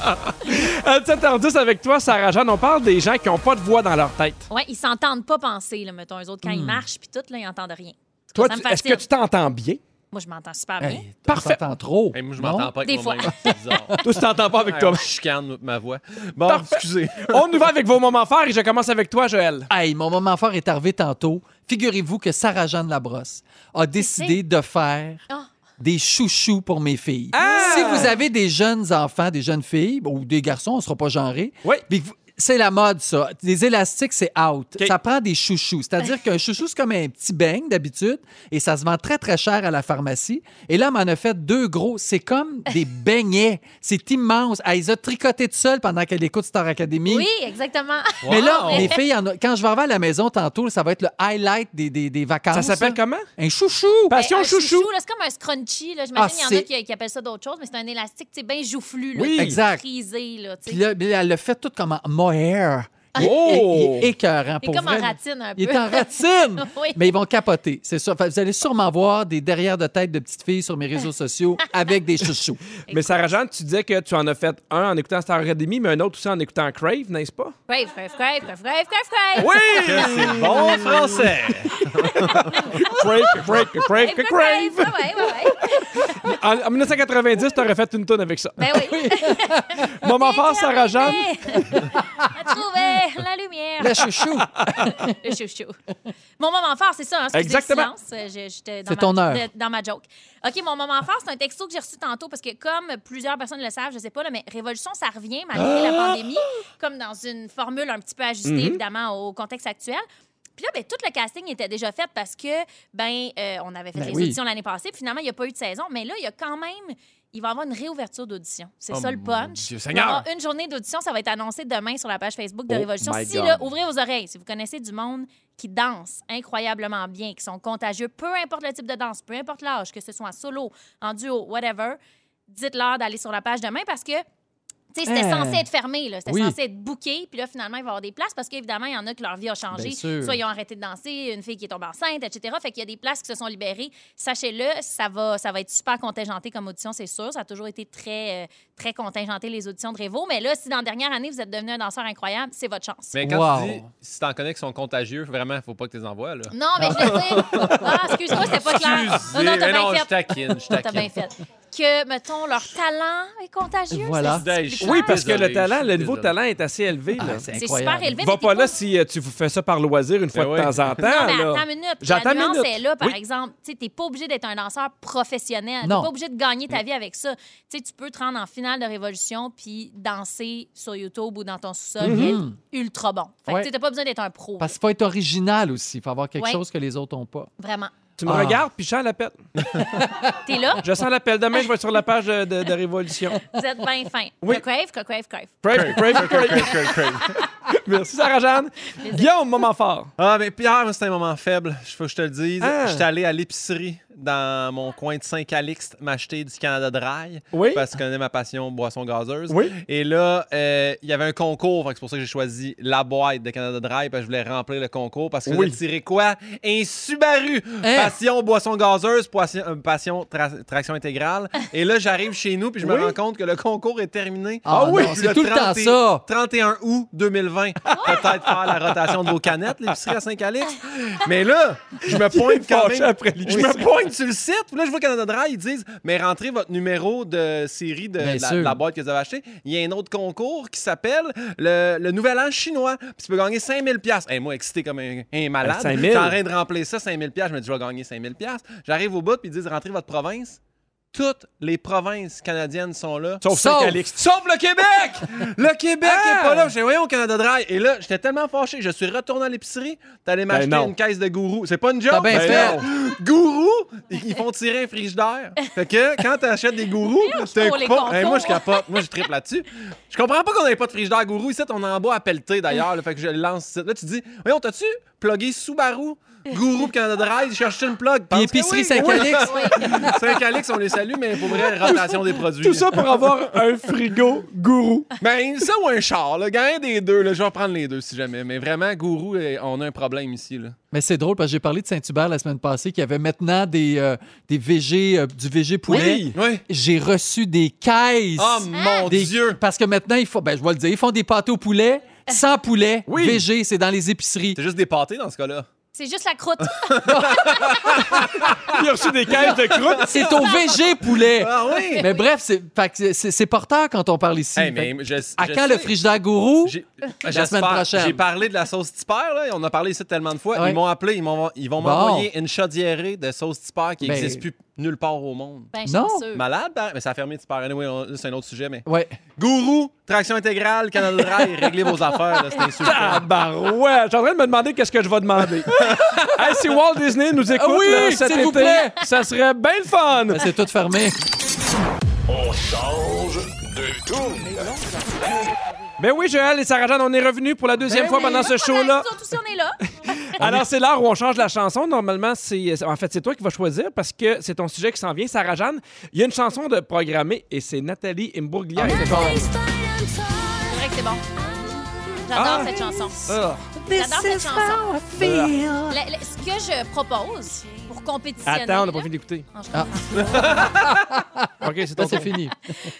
B: à 7h10 avec toi, Sarah-Jeanne, on parle des gens qui n'ont pas de voix dans leur tête.
C: Ouais, ils s'entendent pas penser, là, mettons, eux autres.
B: Hmm.
C: Quand ils marchent, puis tout, là, ils n'entendent rien.
B: Toi,
C: ça me
B: tu- est-ce que
C: fascine.
B: tu t'entends bien?
C: Moi, je m'entends super bien.
A: Hey,
B: Parfait.
A: T'entends trop.
D: Hey, moi, je
A: Non?
D: m'entends pas avec
C: Des
D: moi-même.
C: fois.
D: C'est bizarre.
B: Toi, tu t'entends pas avec
D: Hey,
B: toi.
D: on chicane ma voix. Bon,
B: Parfait.
D: excusez.
B: On nous va avec vos moments forts et je commence avec toi, Joël.
A: Hey, mon moment fort est arrivé tantôt. Figurez-vous que Sarah-Jeanne Labrosse a décidé de faire
C: Ah.
A: des chouchous pour mes filles.
B: Ah!
A: Si vous avez des jeunes enfants, des jeunes filles, ou des garçons, on ne sera pas genrés.
B: Oui.
A: puis vous- C'est la mode, ça. Des élastiques, c'est out.
B: OK.
A: Ça prend des chouchous. C'est-à-dire qu'un chouchou, c'est comme un petit beigne d'habitude et ça se vend très, très cher à la pharmacie. Et là, on m'en a fait deux gros. C'est comme des beignets. C'est immense. Elle les a tricotés tout seul pendant qu'elle écoute Star Academy.
C: Oui, exactement.
A: Mais là,
D: Wow!
A: les filles, en- quand je vais arriver à la maison tantôt, ça va être le highlight des, des, des vacances.
B: Ça s'appelle comment?
A: Un chouchou.
B: Passion
C: Ben, Ah, un
B: chouchou.
C: là, c'est comme un scrunchie. là.
A: Ah,
C: J'imagine qu'il y en a
A: c'est-
C: qui, qui appellent ça d'autres choses, mais c'est un élastique, c'est bien joufflu, là,
B: Oui.
C: tout
A: Exact.
C: frisé. Là, tu sais.
A: Puis là, mais elle le fait tout comme en mohair. Il, est-
B: Oh!
A: il est écœurant
C: il est
A: pour
C: comme
A: vrai.
C: en ratine un peu.
A: Il est en ratine!
C: Oui.
A: Mais ils vont capoter, c'est ça. Fait que Vous allez sûrement voir des derrière de tête de petites filles sur mes réseaux sociaux avec des chouchous.
B: Mais Sarah-Jeanne, tu disais que tu en as fait un en écoutant Star Academy, mais un autre aussi en écoutant Crave, n'est-ce pas?
C: Crave, crave, crave, crave, crave, crave, crave.
B: Oui!
D: C'est bon français.
B: Crave, crave, crave,
C: Crave,
B: crave.
C: crave, crave. Ouais, ouais, ouais.
B: En, en 1990, t'aurais fait une tonne avec ça.
C: Ben oui.
B: Moment fort, Sarah-Jeanne.
C: A trouvé la lumière.
A: Le chouchou,
C: Le chouchou. Mon moment fort, c'est ça. Hein, excusez
B: Exactement.
C: le silence. Euh, je- j'étais dans
A: C'est
C: ma-
A: ton heure.
C: de- dans ma joke. OK, mon moment fort, c'est un texto que j'ai reçu tantôt parce que, comme plusieurs personnes le savent, je sais pas, là, mais Révolution, ça revient malgré la pandémie, comme dans une formule un petit peu ajustée, évidemment, au contexte actuel. Puis là, ben, tout le casting était déjà fait parce que, ben, euh, on avait fait
A: Ben
C: les
A: oui.
C: auditions l'année passée. puis Finalement, il n'y a pas eu de saison. Mais là, il y a quand même il va y avoir une réouverture d'audition. C'est
B: Oh
C: ça le
B: mon Dieu,
C: punch. Il va y
B: Seigneur!
C: avoir une journée d'audition, ça va être annoncé demain sur la page Facebook de
B: Oh
C: Révolution.
B: my
C: Si,
B: God.
C: là, ouvrez vos oreilles, si vous connaissez du monde qui danse incroyablement bien, qui sont contagieux, peu importe le type de danse, peu importe l'âge, que ce soit en solo, en duo, whatever, dites-leur d'aller sur la page demain parce que tu sais, c'était
B: Eh.
A: Euh,
C: censé être fermé, là. c'était
A: oui.
C: censé être booké, puis là, finalement, il va y avoir des places parce qu'évidemment, il y en a que leur vie a changé.
A: Bien sûr.
C: Soit ils ont arrêté de danser, une fille qui est tombée enceinte, etc. Fait qu'il y a des places qui se sont libérées. Sachez-le, ça va, ça va être super contingenté comme audition, c'est sûr. Ça a toujours été très, euh, très contingenté, les auditions de Révo. Mais là, si dans la dernière année, vous êtes devenu un danseur incroyable, c'est votre chance.
D: Mais quand
A: Wow.
D: tu dis, si t'en connais qui sont contagieux, vraiment, faut pas que tu les envoies, là.
C: Non, mais je le sais. Ah, excuse-moi, c'était pas clair.
D: Excusez,
C: non, non,
D: mais non,
C: t'as bien
D: je
C: fait.
D: taquine, je
C: T'as bien
D: taquine.
C: fait. Que, mettons, leur talent est contagieux.
A: Voilà.
C: c'est ça que tu
D: Désolé,
B: Oui,
C: parles?
B: parce que
D: Désolé,
B: le talent,
D: je
B: le
D: suis
B: niveau de
D: désolé. Ah,
B: talent est assez élevé. là.
A: c'est
C: C'est
A: incroyable.
C: super élevé.
B: Va
C: mais
B: pas
C: t'es
B: là si euh, tu fais ça par loisir une fois
D: Ben
B: de
D: ouais.
B: temps en temps.
C: Non, mais
B: Ah, là.
C: attends une minute.
B: J'attends
C: la
B: une
C: nuance
B: minute.
C: est là, par
B: Oui.
C: exemple. Tu n'es pas obligé d'être un danseur professionnel. Tu
A: Non.
C: pas obligé de gagner
B: Mm.
C: ta vie avec ça. Tu sais, tu peux te rendre en finale de Révolution puis danser sur YouTube ou dans ton sous-sol
B: Mm-hmm.
C: et être ultra bon. Fait
A: Ouais.
C: que tu n'as pas besoin d'être un pro.
A: Parce qu'il faut être original aussi. Il faut avoir quelque
C: Ouais.
A: chose que les autres n'ont pas.
C: Vraiment.
B: Tu me
A: Ah.
B: regardes, puis je sens l'appel.
C: Tu es là,
B: Je sens l'appel. Demain, je vais être sur la page de, de- de Révolution.
C: vous êtes bien fin.
B: Oui.
C: Crave, crave, crave.
B: Brave, brave, brave.
D: Crave, crave, crave.
B: Merci, Sarah-Jeanne. Guillaume, moment fort.
D: Ah, mais Pierre, moi, c'était un moment faible. Je faut que je te le dise.
B: Ah.
D: J'étais allé à l'épicerie dans mon coin de Saint-Calixte m'acheter du Canada Dry.
B: Oui.
D: Parce que je connais ma passion boisson gazeuse.
B: Oui.
D: Et là, euh, il y avait un concours. Fait que C'est pour ça que j'ai choisi la boîte de Canada Dry. Parce que je voulais remplir le concours. Parce que
B: Oui. Hein?
D: j'ai tiré quoi? Un Subaru! Passion boisson gazeuse, passion, euh, passion tra- traction intégrale. Et là, j'arrive chez nous. Puis je
B: Oui.
D: me rends compte que le concours est terminé.
A: Ah oui,
D: Puis
A: c'est tout le temps
D: 30
A: ça.
D: 31 août 2020. Peut-être faire la rotation de vos canettes, l'épicerie à Saint-Calix. Mais là, je me pointe quand
B: fâché
D: même.
B: après
D: je me pointe sur le site. Puis là, je vois Canada Dry, ils disent Mais rentrez votre numéro de série de
A: Bien
D: la,
A: sûr.
D: la boîte que vous avez achetée. Il y a un autre concours qui s'appelle le, le Nouvel An chinois. Puis tu peux gagner 5000$. Hey, moi, excité comme un, un malade.
B: Ben, 5 000.
D: J'étais en train de remplir ça, 5000$. Je me dis Je vais gagner 5000$. J'arrive au bout, puis ils disent Rentrez votre province. Toutes les provinces canadiennes sont là.
B: Sauf
A: Sauf-
B: Saint-Calixte.
D: Sauf le Québec! Le Québec
B: Ah!
D: est pas là. J'ai voyé au Canada Dry. Et là, j'étais tellement fâché. Je suis retourné à l'épicerie. T'allais m'acheter
B: Ben non.
D: une caisse de gourou. C'est pas une joke.
A: T'as bien
D: Ben
A: fait.
D: non. Gourou, ils ils font tirer un frigidaire. Fait que quand t'achètes des gourous, t'as un
C: pour les
D: coupon.
C: concours.
D: Hey, moi, je capote. Moi, je triple là-dessus. Je comprends pas qu'on n'ait pas de frigidaire gourou. Ici, on en boit à pelleter d'ailleurs. là. Fait que je le lance. ici. Là, tu dis, voyons, t'as-tu plugué Subaru? Gourou pis Canada Dry, cherche une plug.
A: Puis épicerie Saint-Calixte.
D: Saint-Calix, on les salue, mais pour vrai, rotation des produits.
B: Tout ça pour avoir un frigo gourou.
D: Ben, ça ou un char, là. Gagne des deux, là. Je vais en prendre les deux si jamais. Mais vraiment, gourou, eh, on a un problème ici, là.
A: Mais c'est drôle parce que j'ai parlé de Saint-Hubert la semaine passée qui avait maintenant des, euh, des VG, euh, du VG poulet.
D: Oui.
A: J'ai reçu des caisses.
D: Oh mon
A: Ah! Des-
D: Dieu!
A: Parce que maintenant, ils font, ben, je vais le dire, ils font des pâtés au poulet sans poulet.
D: Oui.
A: VG, c'est dans les épiceries.
D: C'est juste des pâtés dans ce cas-là.
C: C'est juste la croûte.
B: Il a reçu des caisses de croûte.
A: C'est au VG poulet.
D: Ah oui!
A: Mais bref, c'est fait que c'est- c'est- c'est porteur quand on parle ici.
D: Hey,
A: Fait
D: mais
A: que-
D: je,
A: à
D: je
A: quand
D: sais.
A: le frigidaire gourou?
D: J'ai-
A: semaine
D: J'espère.
A: prochaine.
D: J'ai parlé de la sauce Tipper, là. On en a parlé ici tellement de fois.
A: Ouais.
D: Ils m'ont appelé. Ils, m'ont- ils vont
A: Bon.
D: m'envoyer une chaudière de sauce Tipper qui
A: Ben-
D: n'existe plus nulle part au monde.
C: Ben,
A: Non.
C: chanceux.
D: Malade, ben- mais ça a fermé Tipper. Anyway, on- là, c'est un autre sujet, mais.
A: Ouais.
D: Gourou, traction intégrale, Canada Dry, réglez vos affaires, là, c'est insultant.
B: Tabarouette. Ah, Je suis en train de me demander qu'est-ce que je vais demander. Hey, si Walt Disney nous écoute
A: Ah oui,
B: là, cet
A: s'il vous
B: été,
A: plaît.
B: ça serait bien le fun.
A: Ben, C'est tout fermé.
B: Ben oui, Joël et Sarah-Jeanne, on est revenus pour la
A: Ben
B: deuxième fois pendant ce show-là.
C: Nous autres aussi, on est là.
B: Alors, c'est l'heure où on change la chanson. Normalement, c'est. En fait, c'est toi qui vas choisir parce que c'est ton sujet qui s'en vient, Sarah-Jeanne. Il y a une chanson de programmée et c'est Nathalie
A: Ah.
B: Imbourglia.
C: C'est vrai que c'est bon. J'adore
B: Ah.
C: cette chanson.
B: Ah.
C: J'adore cette chanson. Le- le- ce que je propose pour compétitionner,
B: Attends, on n'a pas
C: là,
B: fini Ah. d'écouter.
C: en-
B: OK, c'est
A: Ben,
B: ton
A: c'est
B: tour.
A: fini.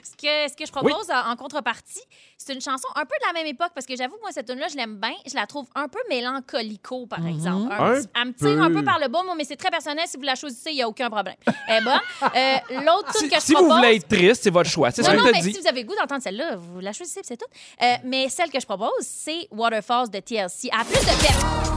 C: ce, que, ce que je propose en, en contrepartie, c'est une chanson un peu de la même époque parce que j'avoue que moi, cette tune-là, je l'aime bien. Je la trouve un peu mélancolico, par exemple.
B: Un
C: petit- elle me tire un
B: peu.
C: peu par le bas, moi, mais c'est très personnel. Si vous la choisissez, il n'y a aucun problème. Elle est bonne. Euh, L'autre
B: Si,
C: tune que je
B: si vous
C: propose.
B: voulez être triste, c'est votre choix. C'est ce
C: Non,
B: que
C: non,
B: je te
C: mais
B: dis.
C: si vous avez le goût d'entendre celle-là, vous la choisissez, puis c'est tout. Euh, mais celle que je propose, c'est Waterfalls de TLC. À plus de pep.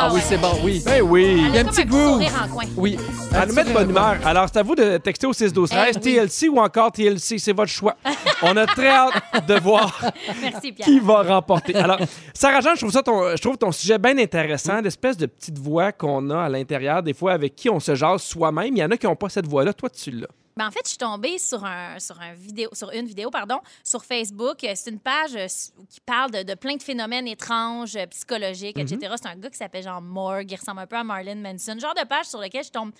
A: Ah oui, c'est bon, oui.
B: Ben oui.
C: Il y a un petit
A: groove.
C: sourire en coin.
A: Oui.
B: À nous mettre bonne humeur. Alors, c'est à vous de texter au 6 12 13
C: Eh oui.
B: TLC ou encore TLC, c'est votre choix. On a très hâte de voir
C: Merci, Pierre.
B: qui va remporter. Alors, Sarah Jeanne, je trouve ça ton, je trouve ton sujet bien
C: Mm.
B: intéressant, l'espèce de petite voix qu'on a à l'intérieur, des fois avec qui on se jase soi-même. Il y en a qui n'ont pas cette voix-là. Toi, tu l'as.
C: Ben, en fait, je suis tombée sur, un, sur, un vidéo, sur une vidéo pardon, sur Facebook. Euh, C'est une page euh, s- qui parle de, de plein de phénomènes étranges, euh, psychologiques,
B: Mm-hmm.
C: etc. C'est un gars qui s'appelle Jean Morgue. Il ressemble un peu à Marilyn Manson. Genre de page sur laquelle je tombe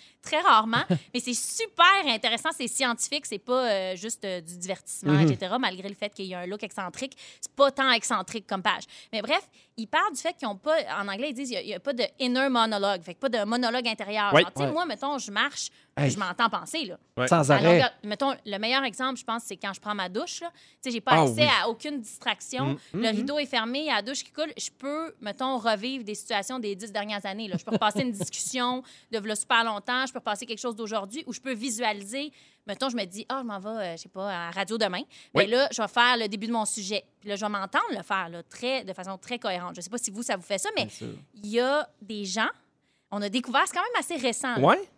C: très rarement. mais c'est super intéressant. C'est scientifique. C'est pas euh, juste euh, du divertissement,
B: Mm-hmm.
C: etc. Malgré le fait qu'il y a un look excentrique. C'est pas tant excentrique comme page. Mais bref, il parle du fait qu'ils ont pas... En anglais, ils disent qu'il n'y a, pas de inner monologue. Fait que pas de monologue intérieur.
B: Ouais.
C: Genre, tu sais, moi, mettons, je marche,
A: Hey.
C: je m'entends penser, là.
D: Ouais.
A: Sans
C: À
A: arrêt.
C: longueur- mettons, le meilleur exemple, je pense, c'est quand je prends ma douche. là. Tu sais, j'ai pas
B: Ah
C: accès
B: oui.
C: à aucune distraction. Le rideau est fermé, il y a la douche qui coule. Je peux, mettons, revivre des situations des dix dernières années. là. Je peux repasser une discussion de v'là super longtemps. Je peux repasser quelque chose d'aujourd'hui ou je peux visualiser. Mettons, je me dis, ah, je m'en vais, euh, je sais pas, à la radio demain. Mais là, je vais faire le début de mon sujet. Puis là, je vais m'entendre le faire là, très, de façon très cohérente. Je sais pas si vous, ça vous fait ça, mais il y a des gens, on a découvert, c'est quand même assez récent. là
B: Ouais?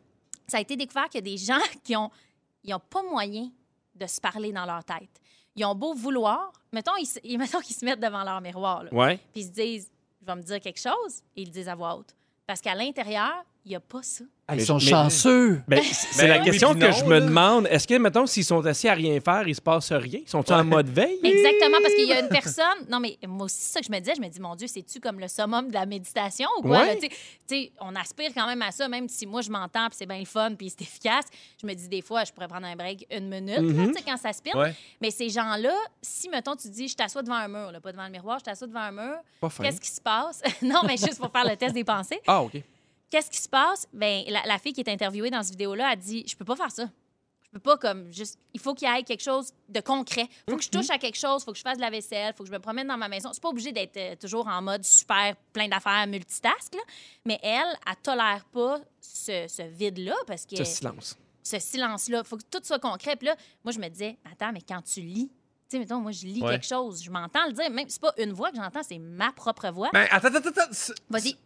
C: ça a été découvert qu'il y a des gens qui ont, ils ont pas moyen de se parler dans leur tête. Ils ont beau vouloir, mettons, ils, se- mettons qu'ils se mettent devant leur miroir, là,
B: Ouais.
C: puis ils se disent, je vais me dire quelque chose, et ils le disent à voix haute. Parce qu'à l'intérieur, il n'y a pas ça.
A: Ah, ils
B: Mais-
A: sont
B: mais-
A: chanceux.
B: Ben, c- c'est la
D: oui,
B: question
D: puis
B: que
D: non,
B: je me
D: là.
B: demande. Est-ce que, mettons, s'ils sont assis à rien faire, il se passe rien? Sont-ils en mode veille?
C: Exactement, parce qu'il y a une personne. Non, mais moi aussi, c'est ça que je me disais. Je me dis, mon Dieu, c'est-tu comme le summum de la méditation ou quoi?
B: Ouais.
C: là? Tu sais- tu sais, on aspire quand même à ça, même si moi, je m'entends, puis c'est bien le fun, puis c'est efficace. Je me dis, des fois, je pourrais prendre un break une minute, là,
B: Mhm.
C: tu sais, quand ça aspire.
D: Ouais.
C: Mais ces gens-là, si, mettons, tu dis, je t'assois devant un mur, là, pas devant le miroir, je t'assois devant un mur,
B: Pas fin.
C: qu'est-ce qui se passe? non, mais juste pour faire le test des pensées.
B: Ah, OK.
C: Qu'est-ce qui se passe? Ben, la, la fille qui est interviewée dans cette vidéo-là a dit Je peux pas faire ça. Je peux pas comme juste. Il faut qu'il y ait quelque chose de concret. Il faut que je touche à quelque chose, il faut que je fasse de la vaisselle, il faut que je me promène dans ma maison. C'est pas obligé d'être euh, toujours en mode super plein d'affaires, multitask, là. mais elle, elle tolère pas ce, ce vide-là parce que
B: Ce silence.
C: ce silence-là. faut que tout soit concret. Puis là, moi, je me disais, attends, mais quand tu lis, tu sais, mettons, moi, je lis
D: Ouais.
C: quelque chose, je m'entends le dire. Même c'est pas une voix que j'entends, c'est ma propre voix.
D: Ben, attends, attends, attends. c'est-
C: Vas-y.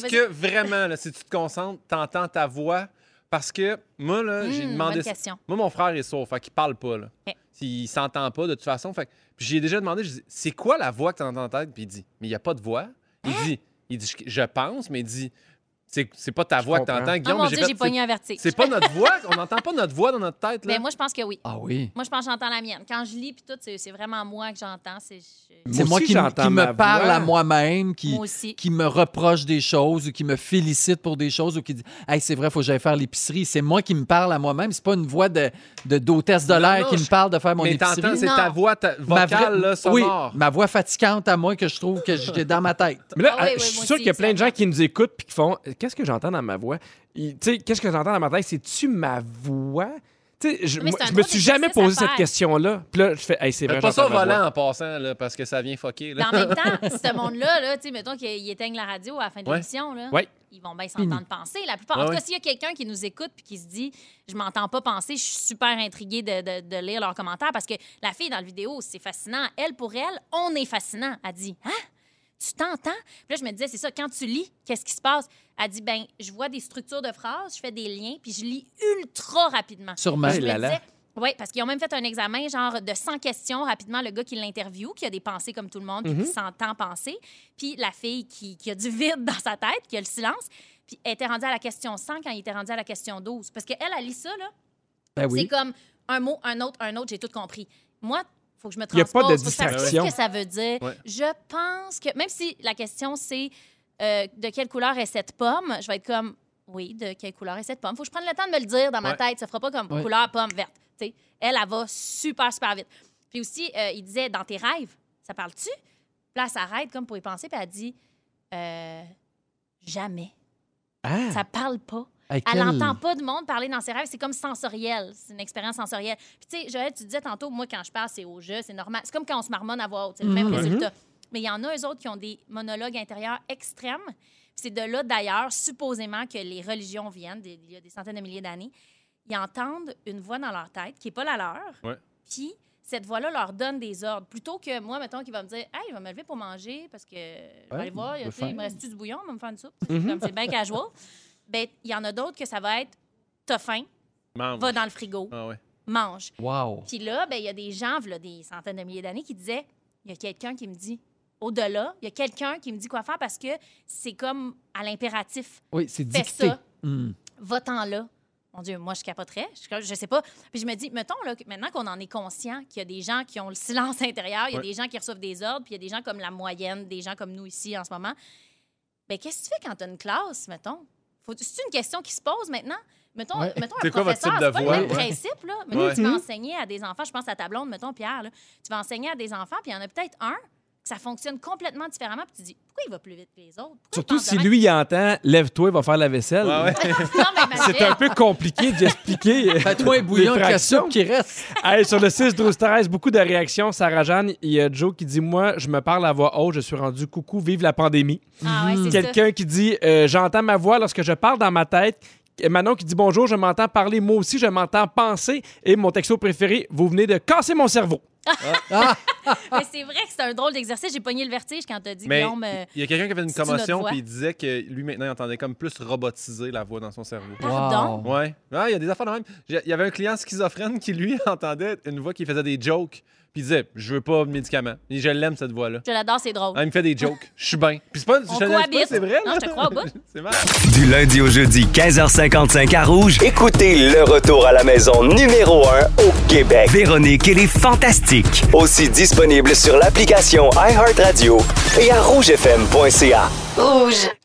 C: Vas-y, vas-y.
D: que vraiment, là, si tu te concentres, t'entends ta voix? Parce que moi, là, j'ai
C: Hmm,
D: demandé.
C: bonne
D: ça-
C: question.
D: Moi, mon frère est sourd, fait qu'il parle pas. Là.
C: Ok.
D: Il s'entend pas de toute façon. Fait que- puis j'ai déjà demandé, je dis, c'est quoi la voix que t'entends en tête? Puis il dit, mais il n'y a pas de voix.
C: Hein?
D: Il dit, il dit, je- je pense, mais il dit, c'est c'est pas ta voix que
B: comprends.
D: t'entends,
C: Ah
D: Guillaume.
C: mon
D: mais
C: Dieu,
D: fait,
C: j'ai
D: c'est-
C: pogné un vertige.
D: C'est pas notre voix, on n'entend pas notre voix dans notre tête. Là.
C: Mais Ben, moi, je pense que oui.
A: Ah oui.
C: Moi, je pense que j'entends la mienne. Quand je lis, puis tout, c'est c'est vraiment moi que j'entends. C'est je-
A: C'est
B: Moi
A: moi
B: aussi,
A: qui, m-
B: j'entends
A: qui
B: ma
A: me parle
B: voix.
A: à moi-même, qui,
C: moi aussi.
A: qui me reproche des choses ou qui me félicite pour des choses ou qui dit Hey, c'est vrai, faut que j'aille faire l'épicerie. C'est moi qui me parle à moi-même. C'est pas une voix de de- d'hôtesse de,
D: Non,
A: l'air
D: non,
A: qui
D: je-
A: me parle de faire mon
D: mais
A: épicerie.
D: t'entends, c'est
C: Non.
D: ta voix ta- vocale,
A: vraie-
D: là,
A: oui,
D: sonore.
A: ma voix fatigante à moi que je trouve que j'ai dans ma tête.
B: Mais là, euh,
C: Ah oui,
B: je
C: oui,
B: suis
C: moi
B: sûr
C: aussi,
B: qu'il y a plein de
C: ça.
B: gens qui nous écoutent puis qui font Qu'est-ce que j'entends dans ma voix Il- Tu sais, qu'est-ce que j'entends dans ma tête C'est-tu ma voix Tu sais, je,
C: Mais
B: moi,
C: c'est un
B: je me
C: drôle
B: suis jamais
C: d'exercice à
B: posé cette
C: faire.
B: question-là. Puis là, je fais Hey, c'est
D: Faites
B: vrai.
D: pas ça au
B: j'entends ma voix.
D: volant en passant, là, parce que ça vient fucker.
C: Mais
D: Là.
C: en même temps, ce monde-là, là, tu sais, mettons qu'ils éteignent la radio à la fin de
D: Ouais.
C: l'émission, là,
B: Ouais.
C: ils vont bien s'entendre penser. La plupart. En
B: Ah
D: Ouais,
C: tout cas,
D: ouais.
C: s'il y a quelqu'un qui nous écoute puis qui se dit Je m'entends pas penser, je suis super intriguée de, de- de lire leurs commentaires parce que la fille dans la vidéo, c'est fascinant. Elle, pour elle, on est fascinant. Elle dit Hein? Tu t'entends? Puis là, je me disais, c'est ça, quand tu lis, qu'est-ce qui se passe? Elle dit, ben, je vois des structures de phrases, je fais des liens, puis je lis ultra rapidement.
A: Sûrement.
C: Je me
B: Eh là là.
C: disais, oui, parce qu'ils ont même fait un examen, genre de 100 questions, rapidement, le gars qui l'interview, qui a des pensées comme tout le monde, puis
B: Mhm.
C: qui s'entend penser, puis la fille qui, qui a du vide dans sa tête, qui a le silence, puis elle était rendue à la question 100 quand il était rendu à la question 12. Parce qu'elle, elle lit ça, là,
B: Ah
A: Ben oui.
C: c'est comme un mot, un autre, un autre, j'ai tout compris. Moi, faut que je me
B: Il y a
C: transpose.
B: pas de
C: faut que je sache
B: distraction.
C: Qu'est-ce que ça veut dire?
D: Ouais.
C: Je pense que, même si la question c'est euh, de quelle couleur est cette pomme, je vais être comme, oui, de quelle couleur est cette pomme? Faut que je prenne le temps de me le dire dans ma
D: Ouais.
C: tête. Ça fera pas comme
A: Ouais.
C: couleur pomme verte. Tu sais, elle, elle va super, super vite. Puis aussi, euh, il disait, dans tes rêves, ça parle-tu? Puis là, elle s'arrête comme pour y penser, puis elle dit, Euh, jamais.
B: Ah.
C: Ça parle pas.
A: Hey,
C: Elle
A: quel-
C: n'entend pas de monde parler dans ses rêves. C'est comme sensoriel. C'est une expérience sensorielle. Puis, tu sais, Joël, tu disais tantôt, moi, quand je parle, c'est au jeu, c'est normal. C'est comme quand on se marmonne à voix haute. C'est le même
A: Mhm.
C: résultat. Mais il y en a, eux autres, qui ont des monologues intérieurs extrêmes. Puis C'est de là, d'ailleurs, supposément que les religions viennent, des- il y a des centaines de milliers d'années. Ils entendent une voix dans leur tête qui n'est pas la leur.
D: Ouais.
C: Puis, cette voix-là leur donne des ordres. Plutôt que moi, mettons, qui va me dire Hey, je vais me lever pour manger parce que je vais
A: Ouais,
C: aller voir,
A: je
C: tu
A: vais
C: sais, il
A: faire. Mhm.
C: me reste-tu du bouillon, on va me faire une soupe. Comme c'est bien casual. Ben, il y en a d'autres que ça va être T'as faim,
D: Mange.
C: va dans le frigo,
D: Ah ouais.
C: mange.
A: Wow.
C: Puis là, ben, il y a des gens, v'là des centaines de milliers d'années, qui disaient il y a quelqu'un qui me dit au-delà, il y a quelqu'un qui me dit quoi faire parce que c'est comme à l'impératif
A: Oui, c'est
C: fais
A: dicté.
C: ça,
A: Hmm.
C: va-t'en là, Mon Dieu, moi, je capoterais. Je, je sais pas. Puis je me dis, mettons, là, que maintenant qu'on en est conscient, qu'il y a des gens qui ont le silence intérieur, il y a
D: Ouais.
C: des gens qui reçoivent des ordres, puis il y a des gens comme la moyenne, des gens comme nous ici en ce moment. Bien, qu'est-ce que tu fais quand tu as une classe, mettons? Faut- C'est une question qui se pose maintenant. Mettons,
A: Ouais.
C: mettons un
D: C'est quoi votre
C: professeur,
D: type de
C: c'est pas
D: voix?
C: le même
D: Ouais.
C: principe. Là. Mettons,
D: Ouais. Hmm.
C: tu vas enseigner à des enfants, je pense à ta blonde, mettons, Pierre, là. tu vas enseigner à des enfants, puis il y en a peut-être un que ça fonctionne complètement différemment, puis tu dis, pourquoi il va plus vite que les autres? Pourquoi il
B: Surtout
C: pense de
B: si
C: même?
B: lui, il entend « Lève-toi, il va faire la vaisselle
D: Ah Ouais, ouais.
C: Non, mais imagine.
B: C'est un peu compliqué d'expliquer.
A: Fais toi un bouillon
B: Les
A: de
B: fractions.
A: soupe qui reste.
B: Hey, sur le 6 12 13 beaucoup de réactions. Sarah Jeanne, il y a Joe qui dit Moi, je me parle à voix haute, je suis rendu coucou, vive la pandémie.
C: Ah ouais, c'est ça.
B: Quelqu'un qui dit euh, J'entends ma voix lorsque je parle dans ma tête. Et Manon qui dit Bonjour, je m'entends parler, moi aussi, je m'entends penser. Et mon texto préféré Vous venez de casser mon cerveau.
C: Mais c'est vrai que c'est un drôle d'exercice. J'ai pogné le vertige quand t'as dit,
D: Mais
C: Guillaume. euh,
D: il y a quelqu'un qui avait une
C: c'est-tu notre
D: commotion
C: voix?
D: puis il disait que lui maintenant il entendait comme plus robotiser la voix dans son cerveau.
A: Ah.
C: Pardon?
A: Wow.
D: Ouais. Ouais, il y a des affaires de même. J'ai- Il y avait un client schizophrène qui lui entendait une voix qui faisait des jokes puis il disait je veux pas de médicaments. Et je l'aime cette voix là.
C: Je l'adore, c'est drôle.
D: il me fait des jokes. Je suis bien. Puis c'est pas,
C: On
D: je te-
C: cohabite.
D: c'est vrai.
C: Non,
D: là.
C: je te crois au bout.
D: c'est mal.
H: Du lundi au jeudi, 15h55 à Rouge.
I: Écoutez le retour à la maison numéro 1 au Québec.
H: Véronique et les Fantastiques.
I: Aussi disponible sur l'application iHeartRadio et à rougefm.ca.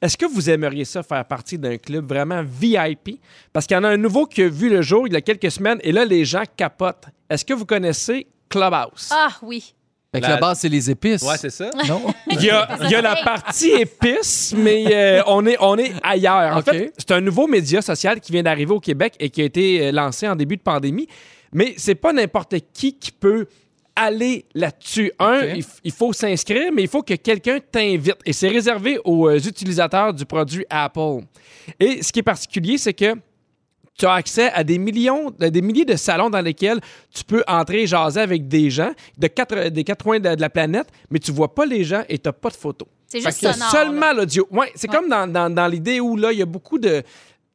B: Est-ce que vous aimeriez ça faire partie d'un club vraiment VIP? Parce qu'il y en a un nouveau qui a vu le jour il y a quelques semaines et là, les gens capotent. Est-ce que vous connaissez Clubhouse?
C: Ah oui.
A: Fait que
D: La-
A: la base, c'est les épices.
D: Ouais, c'est
C: Ah,
D: ça.
A: Non?
B: Il y a, il y a la partie épice, mais euh, on, est, on est ailleurs. En
A: OK.
B: fait, c'est un nouveau média social qui vient d'arriver au Québec et qui a été euh, lancé en début de pandémie. Mais c'est pas n'importe qui qui peut aller là-dessus. Un,
A: OK.
B: il, f- il faut s'inscrire, mais il faut que quelqu'un t'invite. Et c'est réservé aux euh, utilisateurs du produit Apple. Et ce qui est particulier, c'est que tu as accès à des millions, à des milliers de salons dans lesquels tu peux entrer et jaser avec des gens de quatre, des quatre coins de, de la planète, mais tu vois pas les gens et tu n'as pas de photos.
C: C'est
B: Fait
C: juste
B: que
C: sonore.
B: seulement
C: là.
B: l'audio. Ouais, c'est
C: Ouais.
B: comme dans, dans- dans l'idée où là, il y a beaucoup de.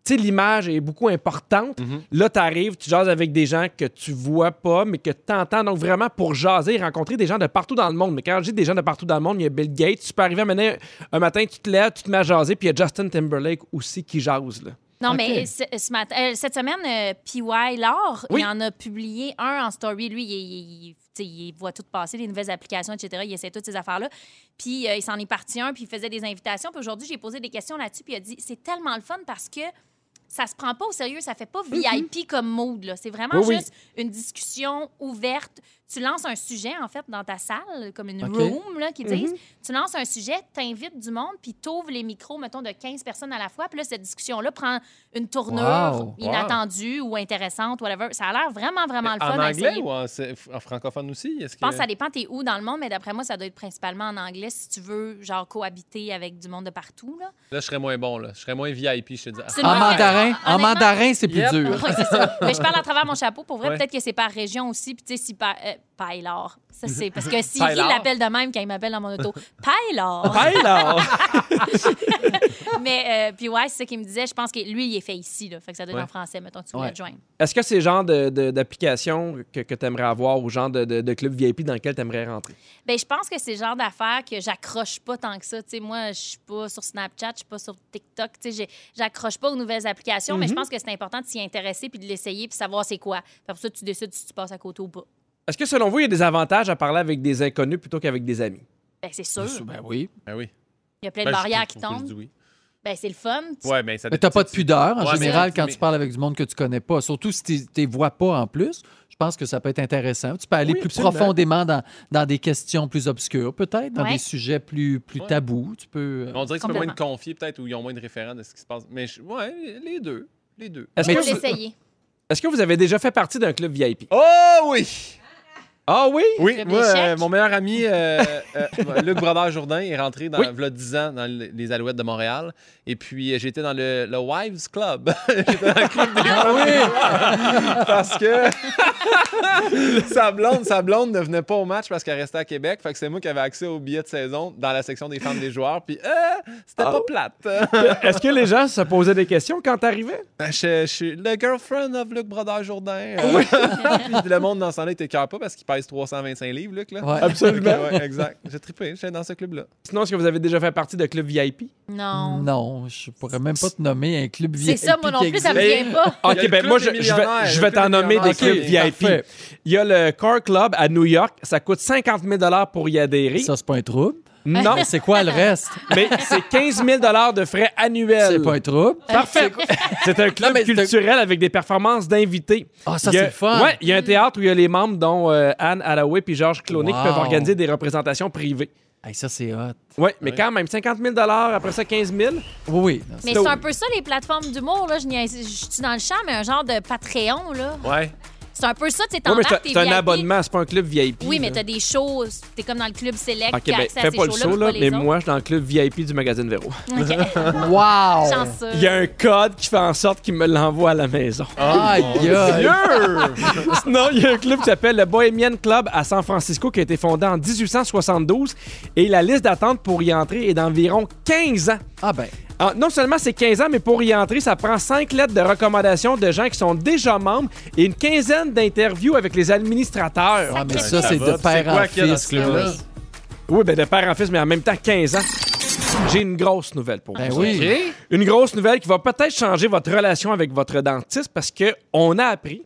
B: Tu sais, l'image est beaucoup importante. Là, tu arrives, tu jases avec des gens que tu vois pas, mais que tu entends. Donc, vraiment, pour jaser, rencontrer des gens de partout dans le monde. Mais quand je dis des gens de partout dans le monde, il y a Bill Gates. Tu peux arriver à mener un matin, tu te lèves, tu te mets à jaser, puis il y a Justin Timberlake aussi qui jase. Là.
C: Non, mais ce- ce matin- euh, cette semaine, euh, P.Y. Laure,
B: Oui.
C: il en a publié un en story. Lui, il, il- il- tu sais, il voit tout passer, les nouvelles applications, etc. Il essaie toutes ces affaires-là. Puis euh, il s'en est parti un, puis il faisait des invitations. Puis aujourd'hui, j'ai posé des questions là-dessus, puis il a dit c'est tellement le fun parce que ça se prend pas au sérieux, ça fait pas VIP comme mood. là. C'est vraiment
B: Oui, oui.
C: juste une discussion ouverte. Tu lances un sujet, en fait, dans ta salle, comme une
A: OK.
C: room, là, qui disent. Tu lances un sujet, t'invites du monde, puis t'ouvres les micros, mettons, de 15 personnes à la fois. Puis là, cette discussion-là prend une tournure
A: Wow.
C: inattendue ou intéressante, whatever. Ça a l'air vraiment, vraiment le fun
D: en
C: à
D: anglais
C: essayer.
D: ou en, c'est- en francophone aussi? Est-ce
C: Je pense que ça
D: que...
C: dépend t'es où dans le monde, mais d'après moi, ça doit être principalement en anglais si tu veux, genre, cohabiter avec du monde de partout, là.
D: Là, je serais moins bon. Là. Je serais moins VIP, je te dis.
C: C'est une
A: En
C: bonne-
A: mandarin, en
C: Honnêtement,
A: mandarin, c'est plus
D: Yep.
A: dur.
C: Oui, c'est ça. Mais je parle à travers mon chapeau. Pour vrai,
D: Ouais.
C: peut-être que c'est par région aussi. Puis, tu sais, si par. euh, Paylor. Ça, c'est. Parce que Sylvie
D: Paylor.
C: l'appelle de même quand il m'appelle dans mon auto. Paylor. Mais, euh, puis, ouais, c'est ça qu'il me disait. Je pense que lui, il est fait ici. Là. Fait que ça doit être
D: Ouais.
C: en français, mettons, tu
B: Ouais.
C: voulais le joindre.
B: Est-ce que c'est le genre de- de- d'application que, tu aimerais avoir ou genre de, de- de club VIP dans lequel tu aimerais rentrer?
C: Ben, je pense que c'est le genre d'affaires que j'accroche pas tant que ça. Tu sais, moi, je suis pas sur Snapchat, je suis pas sur TikTok. Tu sais, j'ai- j'accroche pas aux nouvelles applications, mais je pense que c'est important de s'y intéresser puis de l'essayer puis savoir c'est quoi. Puis Après ça, tu décides si tu passes à côté ou pas.
B: Est-ce que selon vous, il y a des avantages à parler avec des inconnus plutôt qu'avec des amis?
C: Ben, c'est sûr.
A: Ben oui.
D: Ben oui.
C: Il y a plein de
D: Ben, je-
C: barrières
D: je-
C: qui
D: je- je dis
C: tombent.
D: oui.
C: Ben, c'est le fun. Tu-
D: Ouais, mais ça
A: Mais t'as pas de pudeur en
D: Ouais, mais-
A: général quand
D: mais-
A: tu parles avec du monde que tu connais pas. Surtout si tu les vois pas en plus, je pense que ça peut être intéressant. Tu peux aller
B: Oui,
A: plus
B: absolument.
A: profondément dans, dans des questions plus obscures, peut-être, dans
C: Ouais.
A: des sujets plus, plus
D: Ouais.
A: tabous. Tu peux. euh,
D: On dirait que c'est moins de
C: Complètement.
D: confier, peut-être, ou ils ont moins de référents de ce qui se passe. Mais je- ouais, les deux. Les deux.
B: Est-ce
C: Faut
B: que, vous-
C: l'essayer.
B: est-ce que vous avez déjà fait partie d'un club VIP?
D: Oh oui!
B: Ah oui?
D: Oui,
C: Club
D: moi,
C: d'échecs.
D: euh, mon meilleur ami, euh, euh, Luc Brodeur-Jourdain, est rentré dans,
B: Oui.
D: v'là 10 ans dans le- les Alouettes de Montréal. Et puis, euh, j'étais dans le, le Wives Club. j'étais dans le club des
B: Ah
D: femmes. parce que sa blonde, sa blonde ne venait pas au match parce qu'elle restait à Québec. Fait que c'est moi qui avais accès aux billets de saison dans la section des femmes des joueurs. Puis, euh, c'était
B: Ah.
D: pas plate.
B: Est-ce que les gens se posaient des questions quand t'arrivais?
D: Ben, Je, je suis le girlfriend of Luc Brodeur-Jourdain. Euh, puis le monde dans ce temps-là, il t'écœure pas parce qu'il parle pèse 325 livres, Luc. Là.
A: Ouais.
B: Absolument.
D: Ouais, exact. J'ai trippé, j'étais dans ce club-là.
B: Sinon, est-ce que vous avez déjà fait partie de club VIP?
C: Non.
A: Non, je pourrais même pas te nommer un club
C: C'est
A: VIP.
C: ça, moi non
A: qui
C: plus, ça me
A: existe.
C: vient pas.
D: Il y a
B: OK,
D: le
B: ben
D: club
B: moi,
D: des
B: je, je vais,
D: millionnaires,
B: je
D: le
B: vais
D: club
B: t'en
D: des
B: nommer des
D: millionnaires.
B: clubs
D: Ok,
B: VIP.
A: parfait.
B: Il y a le Car Club à New York. Ça coûte 50 000 pour y adhérer.
A: Ça, c'est pas un trouble.
B: Non,
A: Mais c'est quoi le reste?
B: mais c'est 15 000 de frais annuels.
A: C'est pas un trouble.
B: Parfait. C'est un club
A: Non, mais c'est un-
B: culturel avec des performances d'invités.
A: Ah, ça,
B: Il y a-
A: c'est le fun.
B: Ouais, il y a un théâtre où il y a les membres, dont euh, Anne Hathaway puis Georges Clooney, qui
A: Wow.
B: peuvent organiser des représentations privées.
A: Hey, ça, c'est hot.
B: Ouais, mais quand même, 50 000 après ça, 15 000
A: Oui, oui. non, c'est-
C: Mais
B: C'est-
C: c'est un peu ça, les plateformes d'humour. là. Je niaise- je suis dans le champ, mais un genre de Patreon. là.
D: Ouais.
C: C'est un peu ça, tu sais,
B: Ouais, mais
C: t'embarques
B: c'est-
C: tes
B: c'est un
C: VIP.
B: abonnement, c'est pas un club VIP.
C: Oui, mais
B: là.
C: t'as des choses. T'es comme dans le club select
B: Ok,
C: qui a
B: ben,
C: accès à
B: fais
C: ces
B: pas le
C: shows-là,
B: show, là,
C: pas les
B: mais
C: autres. Euh.
B: moi, je suis dans le club VIP du magazine Véro.
C: OK.
A: Wow!
C: Chanceux.
B: Il y a un code qui fait en sorte qu'il me l'envoie à la maison.
C: Ah.
A: Aïe, aïe.
B: Sinon, il y a un club qui s'appelle le Bohemian Club à San Francisco qui a été fondé en 1872 et la liste d'attente pour y entrer est d'environ 15 ans.
A: Ah ben,
B: Ah, non seulement c'est 15 ans, mais pour y entrer, ça prend 5 lettres de recommandation de gens qui sont déjà membres et une quinzaine d'interviews avec les administrateurs.
A: ah, mais ça, c'est de
D: va,
A: père
D: c'est quoi
A: en
D: qu'il y a dans ce
A: fils.
D: club-là?
A: là.
B: Oui, ben de père en fils, mais en même temps 15 ans. J'ai une grosse nouvelle pour vous.
A: Ben oui.
B: Une grosse nouvelle qui va peut-être changer votre relation avec votre dentiste parce que on a appris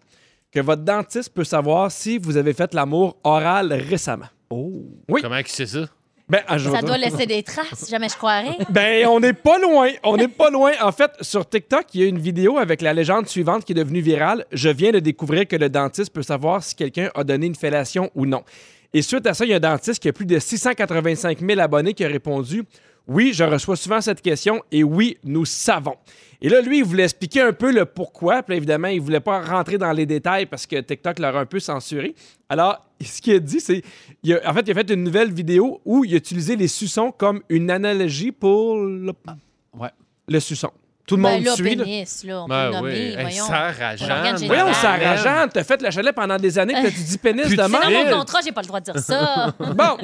B: que votre dentiste peut savoir si vous avez fait l'amour oral récemment.
D: Oh. Comment tu sais ça?
B: Ben, ah, je vais
C: Ça
B: te-
C: doit laisser des traces, jamais je croirais.
B: Ben, on n'est pas loin. On n'est pas loin. En fait, sur TikTok, il y a une vidéo avec la légende suivante qui est devenue virale. Je viens de découvrir que le dentiste peut savoir si quelqu'un a donné une fellation ou non. Et suite à ça, il y a un dentiste qui a plus de 685 000 abonnés qui a répondu Oui, je reçois souvent cette question et oui, nous savons. Et là, lui, il voulait expliquer un peu le pourquoi. Puis là, évidemment, il voulait pas rentrer dans les détails parce que TikTok leur a un peu censuré. Alors, ce qu'il a dit, c'est. il a- en fait, il a fait une nouvelle vidéo où il a utilisé les suçons comme une analogie pour le,
A: Ouais.
B: le suçon. Tout le
C: Ben,
B: monde
C: là,
B: suit. là.
C: pénis, là, on peut
D: Ben
C: le nommer,
D: oui. Hey,
C: voyons.
D: ça rageant.
C: Organe génital.
B: Voyons,
C: Ah,
B: ça
D: man.
B: rageant. T'as fait le chalet pendant des
C: Euh,
B: années que tu dis pénis de
C: C'est dans
B: même.
C: mon contrat, j'ai pas le droit de dire ça.
B: Bon,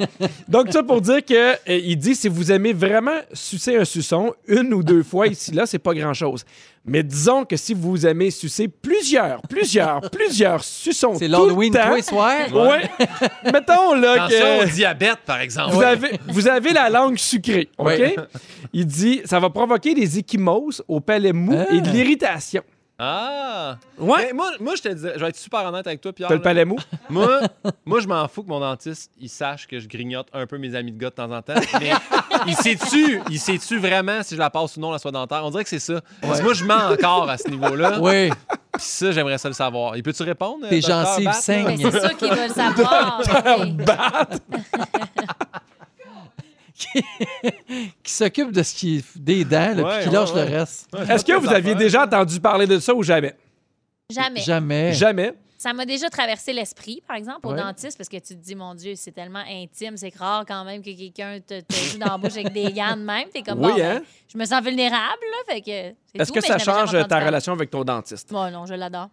B: donc ça pour dire que euh, il dit si vous aimez vraiment sucer un suçon une ou deux fois ici là, c'est pas grand chose. Mais disons que si vous aimez sucer plusieurs, plusieurs, plusieurs suçons
A: C'est
B: tout
A: l'Halloween
B: le temps,
A: toi, soir.
B: ouais. Mettons là
D: Attention
B: que
D: au diabète, par exemple.
B: vous, avez, vous avez la langue sucrée, OK?
A: Ouais.
B: Il dit ça va provoquer des échymoses au palais mou
A: Ah.
B: et de l'irritation.
D: Ah!
B: Ouais.
D: Ben, moi, moi, je te dirais, je vais être super honnête avec toi, Pierre.
B: T'as le
D: là.
B: palais mou?
D: Moi, moi, je m'en fous que mon dentiste, il sache que je grignote un peu mes amis de gars de temps en temps. Mais il sait-tu, il sait-tu vraiment si je la passe ou non, la soie dentaire? On dirait que c'est ça. Parce que Moi, je mens encore à ce niveau-là.
A: Oui,
D: Puis ça, j'aimerais ça le savoir. Il peut-tu répondre? euh,
A: tes
D: docteur
A: gencives
D: Batt, là?
C: Mais
A: saignent.
C: c'est sûr qu'ils veulent savoir. OK.
A: Qui s'occupe de ce qui est des dents, là,
D: Ouais,
A: puis qui
D: ouais,
A: lâche
D: ouais.
A: le reste.
B: Est-ce que vous aviez déjà entendu parler de ça ou jamais?
C: Jamais.
A: Jamais.
B: Jamais.
C: Ça m'a déjà traversé l'esprit, par exemple, au
A: Ouais.
C: dentiste, parce que tu te dis, mon Dieu, c'est tellement intime, c'est rare quand même que quelqu'un te, te joue dans la bouche avec des gants de même. T'es comme,
B: Oui,
C: bon, ben,
B: hein?
C: je me sens vulnérable, là, fait que c'est
B: Est-ce
C: tout,
B: que
C: mais
B: ça
C: je n'avais jamais
B: change ta
C: entendu parler.
B: relation avec ton dentiste?
C: Bon, non, je l'adore.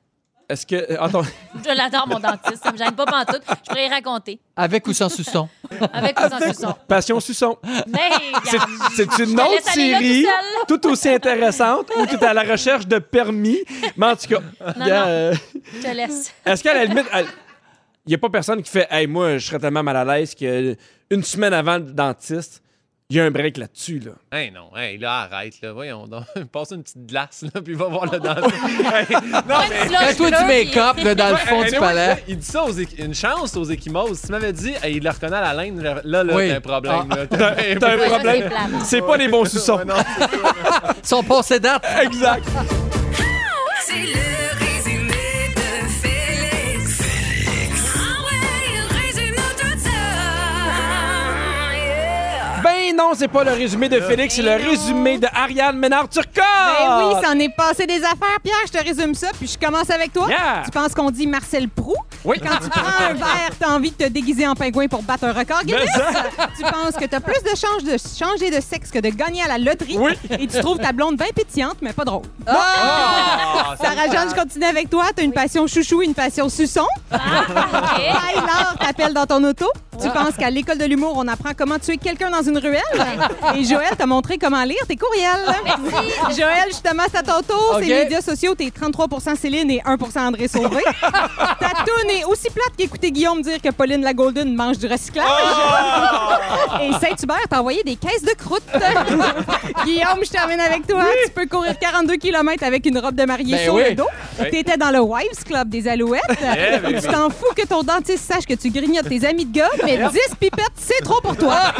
B: Est-ce que. euh, Attends.
C: Je l'adore, mon dentiste. Ça me gêne pas pantoute. Je pourrais y raconter.
A: Avec ou sans suçon.
C: Avec ou sans suçon.
B: Passion Suçon.
C: Mais, regarde,
B: C'est une
C: te
B: autre
C: laisse aller là
B: série
C: tout
B: tout aussi intéressante où tu es à la recherche de permis. Mais en tout cas,
C: Non,
B: gars,
C: non.
B: euh,
C: je te laisse.
B: est-ce qu'à la limite, il n'y a pas personne qui fait Hey, moi, je serais tellement mal à l'aise que euh, une semaine avant le dentiste, il y a un break là-dessus. Là.
D: Hey non, hey là, arrête, là, voyons donc. Passe une petite glace, là, puis va voir le dentiste. Hey, non, mais...
A: Fais-toi du make-up là, dans le fond
D: Hey,
A: du
D: anyway,
A: palais.
D: Il dit ça aux équ- une chance aux échymoses. Si tu m'avais dit, hey, il le reconnaît à la laine, là, là, là,
A: Oui.
D: t'as un problème. là.
B: T'as un
C: Ouais, ça,
B: problème.
C: c'est plate.
B: C'est pas les bons suçons.
A: Ils sont passés date.
B: exact.
E: C'est le résumé de Félix. Félix. Ah ouais, il résume tout ça. Yeah.
B: Ben non, c'est pas le résumé de Félix, c'est le résumé de Ariane Ménard-Turcotte.
J: Ben
B: Ah!
J: oui, ça en est passé des affaires. Pierre, je te résume ça, puis je commence avec toi.
B: Yeah.
J: Tu penses qu'on dit Marcel Prou?
B: Oui.
J: Quand tu prends un verre, t'as envie de te déguiser en pingouin pour battre un record Guinness. Tu penses que t'as plus de chances de changer de sexe que de gagner à la loterie.
B: Oui.
J: Et tu trouves ta blonde bien pétillante, mais pas drôle.
D: Ah, ça-
J: Sarah-Jeanne, je continue avec toi. T'as une passion chouchou, une passion suçon.
C: Ah, OK.
E: Ah.
J: Taylor t'appelle dans ton auto. Tu penses qu'à l'école de l'humour, on apprend comment tuer quelqu'un dans une ruelle. Joël. Et Joël t'a montré comment lire tes courriels. Joël, justement, c'est à ton tour.
A: OK.
J: C'est les médias sociaux. T'es 33 Céline et 1 André Sauvé. Ta toune est aussi plate qu'écouter Guillaume dire que Pauline la Golden mange du recyclage.
A: Oh!
J: Et Saint-Hubert t'a envoyé des caisses de croûte. Guillaume, je termine avec toi. Tu peux courir 42 km avec une robe de mariée
A: Ben
J: sur
A: oui.
J: le dos.
A: Oui.
J: T'étais dans le Wives Club des Alouettes.
A: Yeah, ben baby.
J: tu t'en fous que ton dentiste sache que tu grignotes tes amis de gars, mais 10 pipettes, c'est trop pour toi.
A: Ah!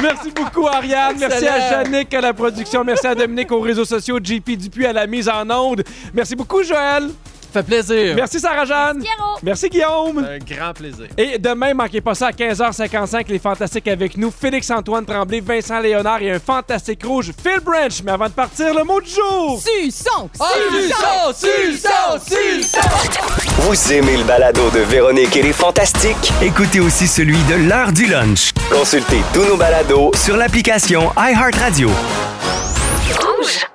B: Merci beaucoup, Ariane. Merci à
J: Excellent.
B: Yannick à la production. Merci à Dominique aux réseaux sociaux. JP Dupuis à la mise en onde. Merci beaucoup, Joël.
A: Ça fait plaisir.
B: Merci, Sarah-Jeanne. Merci, Guillaume.
D: Un grand plaisir.
B: Et demain, manquez pas ça à 15h55, les Fantastiques avec nous. Félix-Antoine Tremblay, Vincent Léonard et un Fantastique Rouge, Phil Branch. Mais avant de partir, le mot du jour.
J: Suçon!
A: Ah! Suçon! Suçon!
I: Vous aimez le balado de Véronique et les Fantastiques?
H: Écoutez aussi celui de l'heure du lunch
I: Consultez tous nos balados
H: sur l'application iHeartRadio.
I: Rouge.